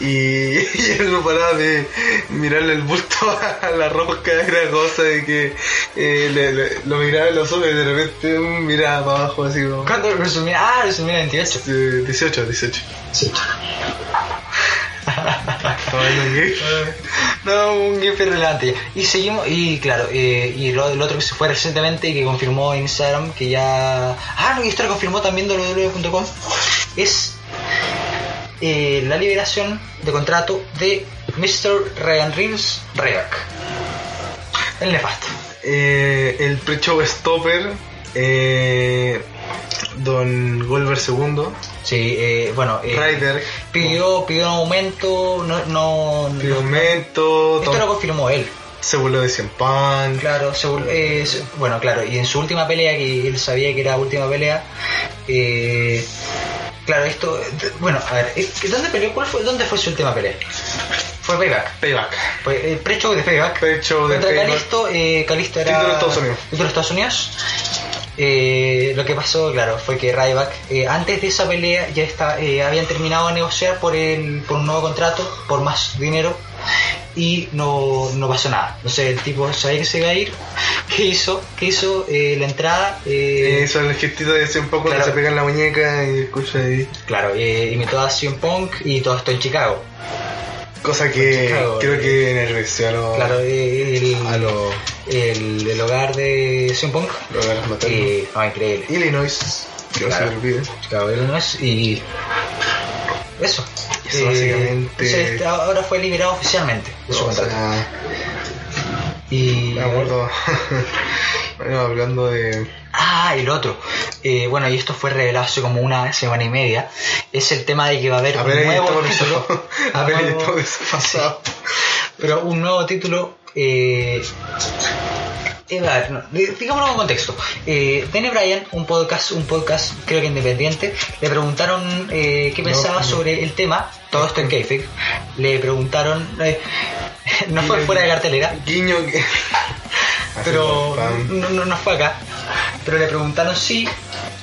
S2: y, y él no paraba de mirarle el bulto a La Roca, era cosa de que eh, le- le- lo miraba en los ojos y de repente um, miraba para abajo así como...
S1: ¿Cuándo resumía? Ah, resumía 28.
S2: eh, 18, 18. Estaba viendo un gif.
S1: No, un gif irrelevante. Y seguimos, y claro, eh, y lo, el otro que se fue recientemente y que confirmó en Instagram que ya. Ah, no, y esto lo confirmó también www.com. Es eh, la liberación de contrato de Mr. Ryan Reeves Reback. El nefasto.
S2: Eh, el pre-show stopper, eh, Don Golver II,
S1: Sí, eh, bueno. eh,
S2: Ryder,
S1: Pidió, pidió un aumento, no. no, no-
S2: Piumento,
S1: esto lo confirmó él.
S2: se voló de Cien Pan.
S1: Claro, se vol- eh, se- bueno, claro, y en su última pelea, que él sabía que era última pelea, eh, claro, esto, d- bueno, a ver, eh, ¿dónde peleó? ¿Cuál fue? ¿Dónde fue su última pelea? Fue Payback,
S2: Payback.
S1: fue el pre-show de Payback.
S2: Pecho de
S1: Contra
S2: Payback.
S1: Calisto, eh, Calisto era...
S2: Título de Estados Unidos.
S1: título de Estados Unidos. Eh, lo que pasó, claro, fue que Ryback, eh, antes de esa pelea, ya está, eh, habían terminado de negociar por, el, por un nuevo contrato, por más dinero, y no, no pasó nada. No sé, el tipo sabía que se iba a ir. ¿Qué hizo? ¿Qué hizo? Eh, la entrada... eh,
S2: Eh, Eso es el gestito de Cien Pan cuando
S1: Claro.
S2: se pega en la muñeca y escucha ahí.
S1: Claro, eh, imitó a CM Punk y todo esto en Chicago.
S2: Cosa que
S1: Chicago,
S2: creo
S1: eh.
S2: que enerveció a los.
S1: Claro, eh, el,
S2: a los.
S1: el, el hogar de CM Punk.
S2: los ganas maternos.
S1: Eh, no, increíble.
S2: Illinois. Que no se
S1: Claro.
S2: me olvide.
S1: Cabrones y eso.
S2: Eso básicamente.
S1: entonces, ahora fue liberado oficialmente de su
S2: O
S1: contrato.
S2: sea,
S1: y
S2: me acuerdo. bueno, hablando de.
S1: ah, y lo otro. Eh, bueno, y esto fue revelado hace como una semana y media. Es el tema de que va a haber
S2: A ver,
S1: un
S2: ahí
S1: nuevo
S2: estamos
S1: título.
S2: desafasados. A ver, ahí
S1: nuevo-
S2: estamos desafasados.
S1: pero un nuevo título. Eh, eh, a ver, no, de- digámoslo con contexto. Eh, Danny Bryan, un podcast, un podcast creo que independiente, le preguntaron eh, qué pensaba
S2: no. Este.
S1: sobre el tema, todo esto en Kayfix. Le preguntaron, eh, no fue
S2: Y-
S1: fuera de cartelera,
S2: Guiño. que-
S1: pero
S2: Pam.
S1: no, no, no fue acá. Pero le preguntaron si,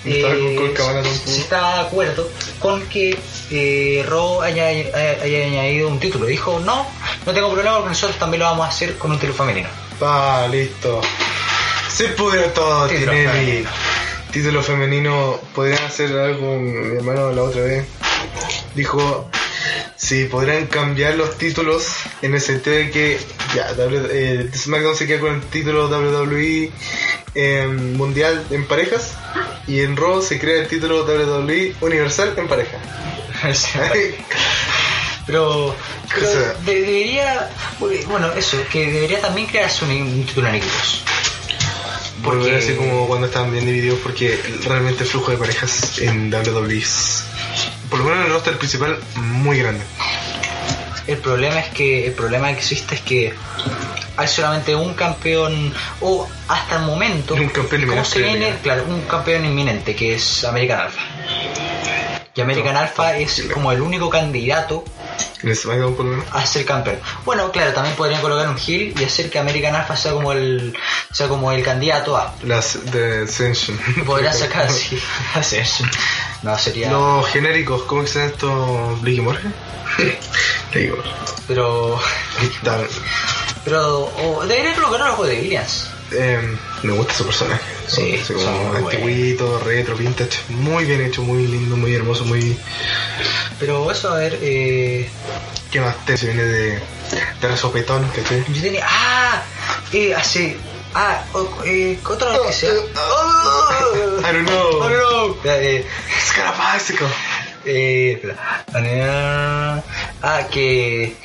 S2: Estaba con
S1: eh,
S2: Colca Bala tampoco.
S1: si estaba de acuerdo con que eh, Raw haya, haya- haya añadido un título. Dijo, no, no tengo problema porque nosotros también lo vamos a hacer con un título femenino.
S2: Ah, listo. Se pudrió todo,
S1: Título
S2: Tinelli.
S1: femenino.
S2: Título femenino. Podrían hacer algo, mi hermano la otra vez. Dijo, si podrían cambiar los títulos en el sentido de que ya, W- eh, SmackDown se queda con el título WWE eh, Mundial en parejas y en Raw se crea el título WWE Universal en pareja.
S1: pero pero
S2: O sea.
S1: de- debería, bueno, eso, que debería también crearse un, un título en equipos. Porque-
S2: Volver así como cuando estaban bien divididos porque realmente el flujo de parejas en WWE es, por lo menos en el roster principal, muy grande.
S1: El problema es que el problema que existe es que hay solamente un campeón o hasta el momento
S2: Un
S1: ¿cómo
S2: campeón inminente
S1: se
S2: de
S1: viene?
S2: liga.
S1: Claro, un campeón inminente que es American Alpha. Y American
S2: No,
S1: Alpha es
S2: tranquilo.
S1: como el único candidato
S2: En el SmackDown, por lo menos.
S1: a ser campeón. Bueno, claro, también podrían colocar un heel y hacer que American Alpha sea como el sea como el candidato a
S2: Las de Ascension.
S1: podría sacar así. Así es. No sería
S2: Los genéricos, ¿cómo que se llama esto? ¿Ricky Morgan? Ricky Morgan.
S1: pero
S2: Tal-
S1: pero o- debería colocar algo de Williams.
S2: em, me gusta su personaje.
S1: Sí,
S2: Así
S1: son
S2: como
S1: muy
S2: antiguito, retro, vintage. Muy bien hecho, muy lindo, muy hermoso, muy.
S1: Pero eso a ver eh
S2: ¿Qué más te se viene de, de resopetón? ¿Cachai?
S1: Yo tenía. ¡Ah! Eh, hace. Ah, o- eh, otra noticia.
S2: I don't know.
S1: Oh, no. Espera, eh,
S2: Escarabásico.
S1: eh, espera. Ah, Ah, que.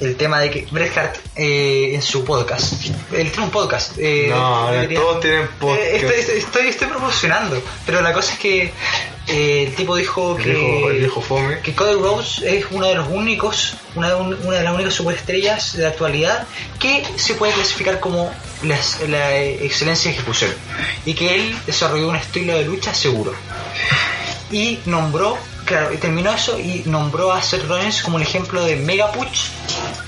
S1: El tema de que Bret Hart eh, en su podcast. Él tiene un podcast. eh,
S2: No, ahora
S1: debería-
S2: todos tienen podcast.
S1: Eh, estoy, estoy, estoy, estoy promocionando. Pero la cosa es que. eh, el tipo dijo
S2: El
S1: que.
S2: viejo, el viejo fome.
S1: que Cody Rhodes es uno de los únicos, una de, un- una de las únicas superestrellas de la actualidad que se puede clasificar como las- la eh, excelencia de ejecución y que él desarrolló un estilo de lucha seguro y nombró, claro, y terminó eso y nombró a Seth Rollins como un ejemplo de mega push,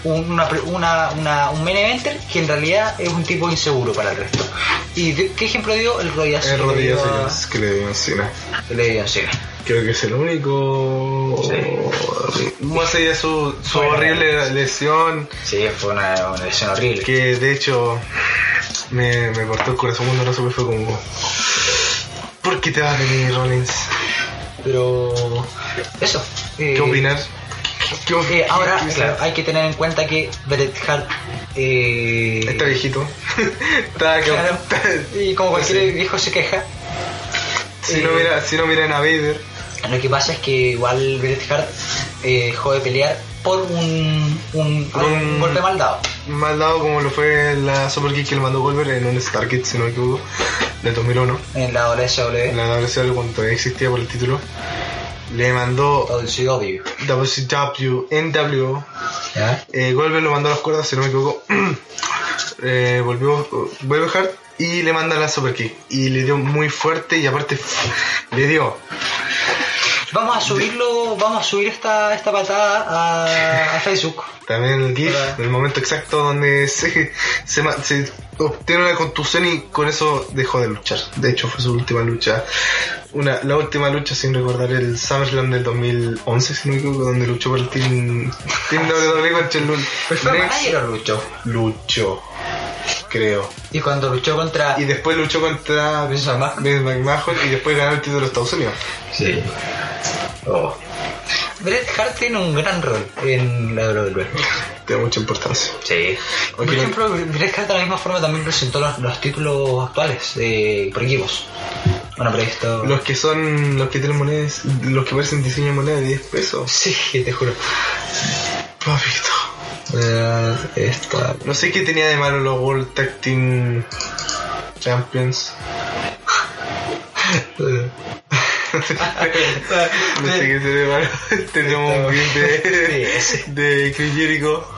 S1: un- una, pre- una- una- un main eventer que en realidad es un tipo inseguro para el resto. ¿Y de- qué ejemplo dio? El rodillazo.
S2: El
S1: que le dio a-
S2: rodillo que le dio encima.
S1: que le dio a Cena.
S2: Creo que es el único. Más allá de su, su
S1: Bueno.
S2: horrible lesión,
S1: Sí, fue una, una lesión horrible.
S2: que de hecho me, me partió el corazón cuando lo supe, fue como. ¿Por qué te vas a venir, Rollins?
S1: Pero eso. eh,
S2: ¿Qué opinar? ¿Qué op-
S1: eh, ahora,
S2: qué- qué-
S1: claro, hay que tener en cuenta que Bret Hart eh,
S2: Está viejito. está que-
S1: claro, y como cualquier viejo se queja.
S2: si, no
S1: eh,
S2: mira, si no miran a Vader,
S1: Lo que pasa es que igual Bret Hart eh, dejó de pelear por un, un,
S2: Por un-
S1: un golpe mal dado.
S2: mal dado como lo fue la Super Kick que le mandó Goldberg en un Star Kid, si no me equivoco, del 2001.
S1: En la
S2: en
S1: WSW,
S2: la WCW cuando todavía existía por el título, le mandó
S1: WCW.
S2: WCW, NWO,
S1: ¿ya?
S2: eh, Goldberg lo mandó a las cuerdas, si no me equivoco, eh, volvió, vuelve Hart y le manda la Super Kick. Y le dio muy fuerte y aparte le dio
S1: Vamos a subirlo, vamos a subir esta, esta patada a, a Facebook.
S2: también el GIF,
S1: Hola.
S2: el momento exacto donde se, se, ma- se obtiene una contusión y con eso dejó de luchar. De hecho fue su última lucha, una, la última lucha sin recordar el SummerSlam del 2011, si no me equivoco, donde luchó por el Team, team WWE contra el Lun-
S1: Pues fue
S2: Next
S1: manager o luchó.
S2: luchó, creo.
S1: Y cuando luchó contra
S2: Y después luchó contra
S1: Vince McMahon,
S2: Vince McMahon y después ganó el título de Estados Unidos.
S1: Sí. Oh. Bret Hart tiene un gran rol en la WWE.
S2: Tiene mucha importancia.
S1: Sí. Por
S2: Ok.
S1: ejemplo, Bret Hart de la misma forma también presentó los, los títulos actuales eh, por equipos. Bueno, pero esto...
S2: Los que son, los que tienen monedas, los que parecen diseño de moneda de 10 pesos.
S1: Sí, te juro.
S2: Papito.
S1: Eh, esta...
S2: No sé qué tenía de malo los World Tag Team Champions. No sé qué tenía de malo. Tenemos un clip de,
S1: Sí, sí.
S2: de Chris Jericho.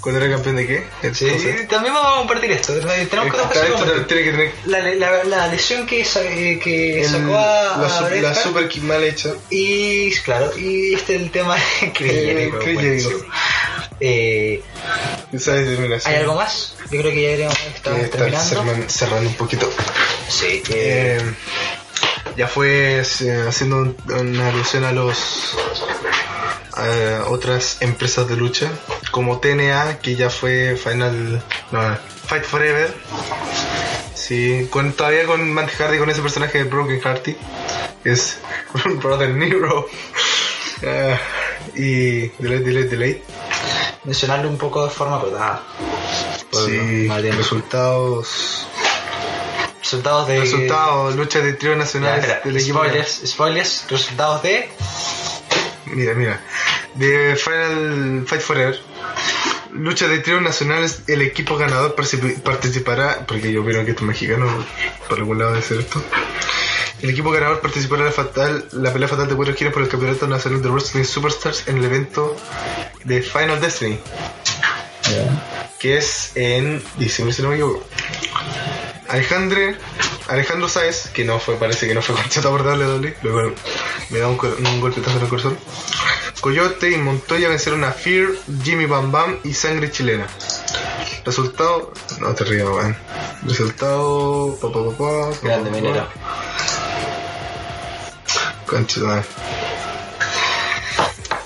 S2: ¿Cuándo era campeón de qué?
S1: Sí,
S2: Entonces,
S1: también vamos a compartir esto. Tenemos que
S2: está- esto
S1: compartir.
S2: tiene que tener
S1: La, la, la lesión que, sa- eh, que
S2: el-
S1: sacó a,
S2: la,
S1: a
S2: su-
S1: Bret
S2: la
S1: Hart
S2: super kick mal hecha.
S1: Y claro, y este es el tema de Chris
S2: Eh,
S1: Jericho,
S2: Chris
S1: bueno,
S2: Jericho.
S1: sí. Eh,
S2: Esa determinación.
S1: ¿Hay algo más? Yo creo que ya deberíamos
S2: Debe
S1: estar
S2: estar
S1: terminando.
S2: cerrando- cerrando un poquito.
S1: Sí, eh,
S2: Eh, ya fue eh, haciendo un- una alusión a los a otras empresas de lucha como TNA que ya fue Final no, Fight Forever sí con, todavía con Matt Hardy con ese personaje de Broken Hardy es Brother Nero Ah, y delay delay delay Eh,
S1: mencionarlo un poco de forma pues, cortada. Por
S2: sí,
S1: mal tiempo.
S2: resultados
S1: resultados de.
S2: resultados lucha de trío
S1: Eh, Ya,
S2: nacionales
S1: espera,
S2: del equipo
S1: spoilers, spoilers, resultados de.
S2: Mira, mira. De Final Fight Forever. Lucha de tríos nacionales, el equipo ganador particip- participará, porque yo opino que esto es mexicano, por algún lado de ser esto. El equipo ganador participará en la, fatal, la pelea fatal de cuatro giras por el Campeonato Nacional de Wrestling Superstars en el evento de Final Destiny, que es en diciembre, si no me equivoco. Alejandre, Alejandro Sáez, que no fue, parece que no fue contratado por WWE, luego me da un, cor- un golpetazo en el corazón. Coyote y Montoya vencieron a Fear, Jimmy Bam Bam y Sangre Chilena. Resultado, no te rías, weón. Resultado, pa pa pa pa. pa,
S1: Grande,
S2: pa, pa.
S1: minero.
S2: Concha de madre.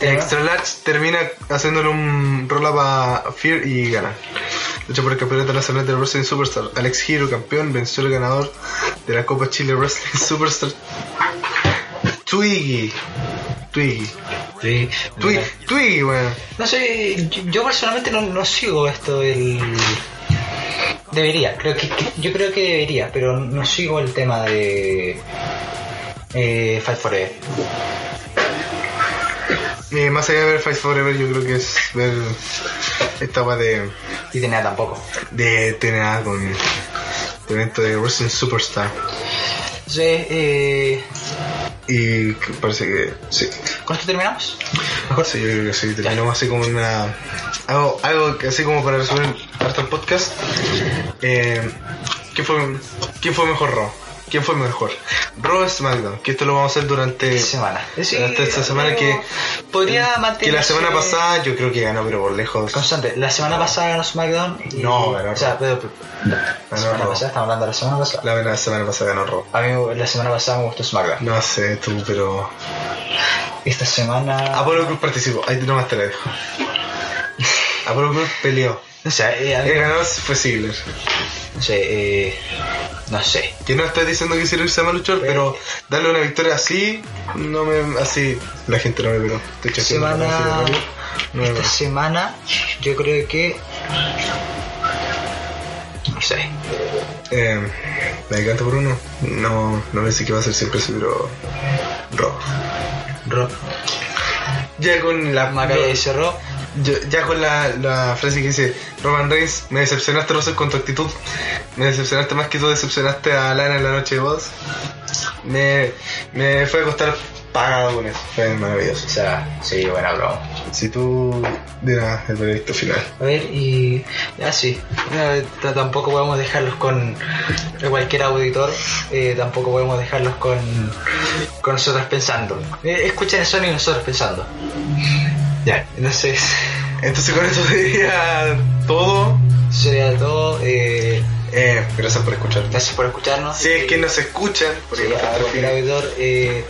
S2: El Extra Large termina haciéndole un roll-up a Fear y gana. Lucha por el campeonato nacional del Wrestling Superstar. Alex Hero, campeón, venció al ganador de la Copa Chile Wrestling Superstar. Twiggy. Twiggy.
S1: Sí.
S2: Twiggy, Twiggy, weón.
S1: No sé, yo- yo personalmente no, no sigo esto del... Debería, creo que, que- yo creo que debería, pero no sigo el tema de... Eh, Fight Forever.
S2: Eh, más allá de ver Fight Forever, yo creo que es ver esta va de,
S1: Y de nada tampoco.
S2: de TNA con el evento de Wrestling Superstar.
S1: Entonces, eh,
S2: Y que parece que sí.
S1: ¿con esto terminamos?
S2: Sí, yo creo que sí. Terminamos así como una. Algo, algo que así como para resumir harto el podcast. Eh, ¿quién, fue, ¿Quién fue mejor Raw? ¿Quién fue mejor? Raw es SmackDown, que esto lo vamos a hacer durante.
S1: Esta semana. Sí,
S2: durante esta semana que.
S1: pero Podría mantener...
S2: Que la semana pasada yo creo que ganó, pero por lejos.
S1: Constante, la semana pasada ganó SmackDown. y-
S2: No, ganó
S1: O sea, pero- la
S2: Ganó
S1: semana
S2: Raw.
S1: pasada, estamos hablando de la semana pasada.
S2: La, la semana pasada ganó Raw.
S1: A mí la semana pasada me gustó SmackDown.
S2: No sé tú, pero.
S1: Esta semana.
S2: Apolo Cruz participó, ahí nomás te la dejo. Apolo Cruz peleó.
S1: No sé, eh, a mí-
S2: El ganador fue Ziggler.
S1: no sé, eh, no sé.
S2: Que no estoy diciendo que Ziggler sea mal luchador, pero darle una victoria así, no me. Así, la gente no me peló. Estoy chateando con la
S1: Semana-
S2: gente, No me
S1: Esta
S2: peló.
S1: semana yo creo que. No sé.
S2: Eh, la que canta por uno, no, no pensé que iba a ser siempre así, pero. Raw.
S1: Rock.
S2: Ya con la.
S1: Macabre cerró.
S2: Yo- ya con la, la frase que dice Roman Reigns, me decepcionaste Russell con tu actitud, me decepcionaste más que tú decepcionaste a Lana en la noche de voz. Me, me fue a costar pagado con eso, fue maravilloso.
S1: O sea, sí, buena broma.
S2: Si tú dirás el veredicto final.
S1: A ver, y. Ah, sí. Eh, t- tampoco podemos dejarlos con cualquier auditor. eh, tampoco podemos dejarlos con. con nosotros pensando. Eh, escuchen el sonido y nosotros pensando. Ya, entonces.
S2: Entonces con esto sería todo.
S1: Sería todo. Eh,
S2: Eh, gracias por escuchar.
S1: gracias por escucharnos.
S2: Si es que nos escuchan,
S1: Sí,
S2: porque no
S1: a
S2: fue
S1: cualquier
S2: perfil.
S1: auditor, eh,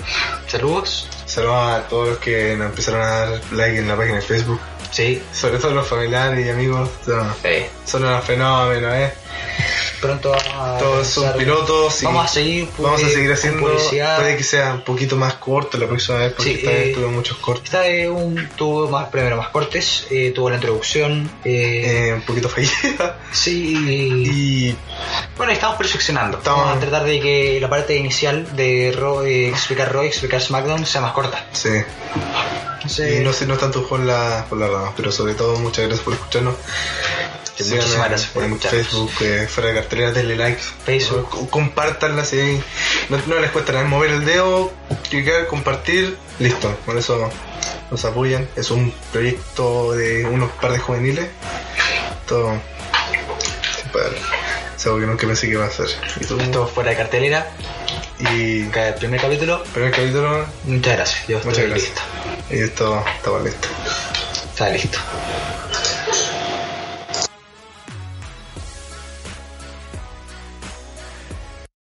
S1: saludos.
S2: saludos a todos los que nos empezaron a dar like en la página de Facebook,
S1: Sí.
S2: sobre todo los familiares y amigos, son-
S1: eh,
S2: son unos fenómenos, eh.
S1: pronto vamos a.
S2: Todos son
S1: lanzar-
S2: pilotos y
S1: Vamos a seguir.
S2: vamos a
S1: eh,
S2: seguir
S1: con
S2: haciendo.
S1: publicidad.
S2: Puede que sea un poquito más corto la próxima vez porque
S1: Sí,
S2: esta vez
S1: eh,
S2: tuve muchos cortes.
S1: Esta es un tuvo más primero más cortes, eh, tuvo la introducción, eh,
S2: eh, un poquito fallida.
S1: sí.
S2: Y
S1: bueno, estamos perfeccionando.
S2: Estamos-
S1: Vamos a tratar de que la parte inicial de Raw, eh, explicar Raw, y explicar SmackDown sea más corta.
S2: sí.
S1: Entonces,
S2: Y no sé, no tanto por la, por la rama, pero sobre todo muchas gracias por escucharnos.
S1: Sí,
S2: Sigan
S1: muchísimas
S2: en-
S1: gracias por
S2: en
S1: escucharnos.
S2: Facebook, eh, fuera de cartelera, denle like.
S1: Facebook.
S2: Co- Compártanlas y no, no les cuesta nada mover el dedo, clicar, compartir. Listo, por eso nos apoyan. Es un proyecto de unos par de juveniles. Todo. Sí, padre. Es algo que nunca pensé que iba a ser. Y todo.
S1: esto fuera de cartelera,
S2: Y
S1: acá el primer capítulo.
S2: primer capítulo,
S1: Muchas gracias, yo
S2: Muchas
S1: estoy
S2: gracias.
S1: listo.
S2: y esto estaba listo.
S1: Está listo.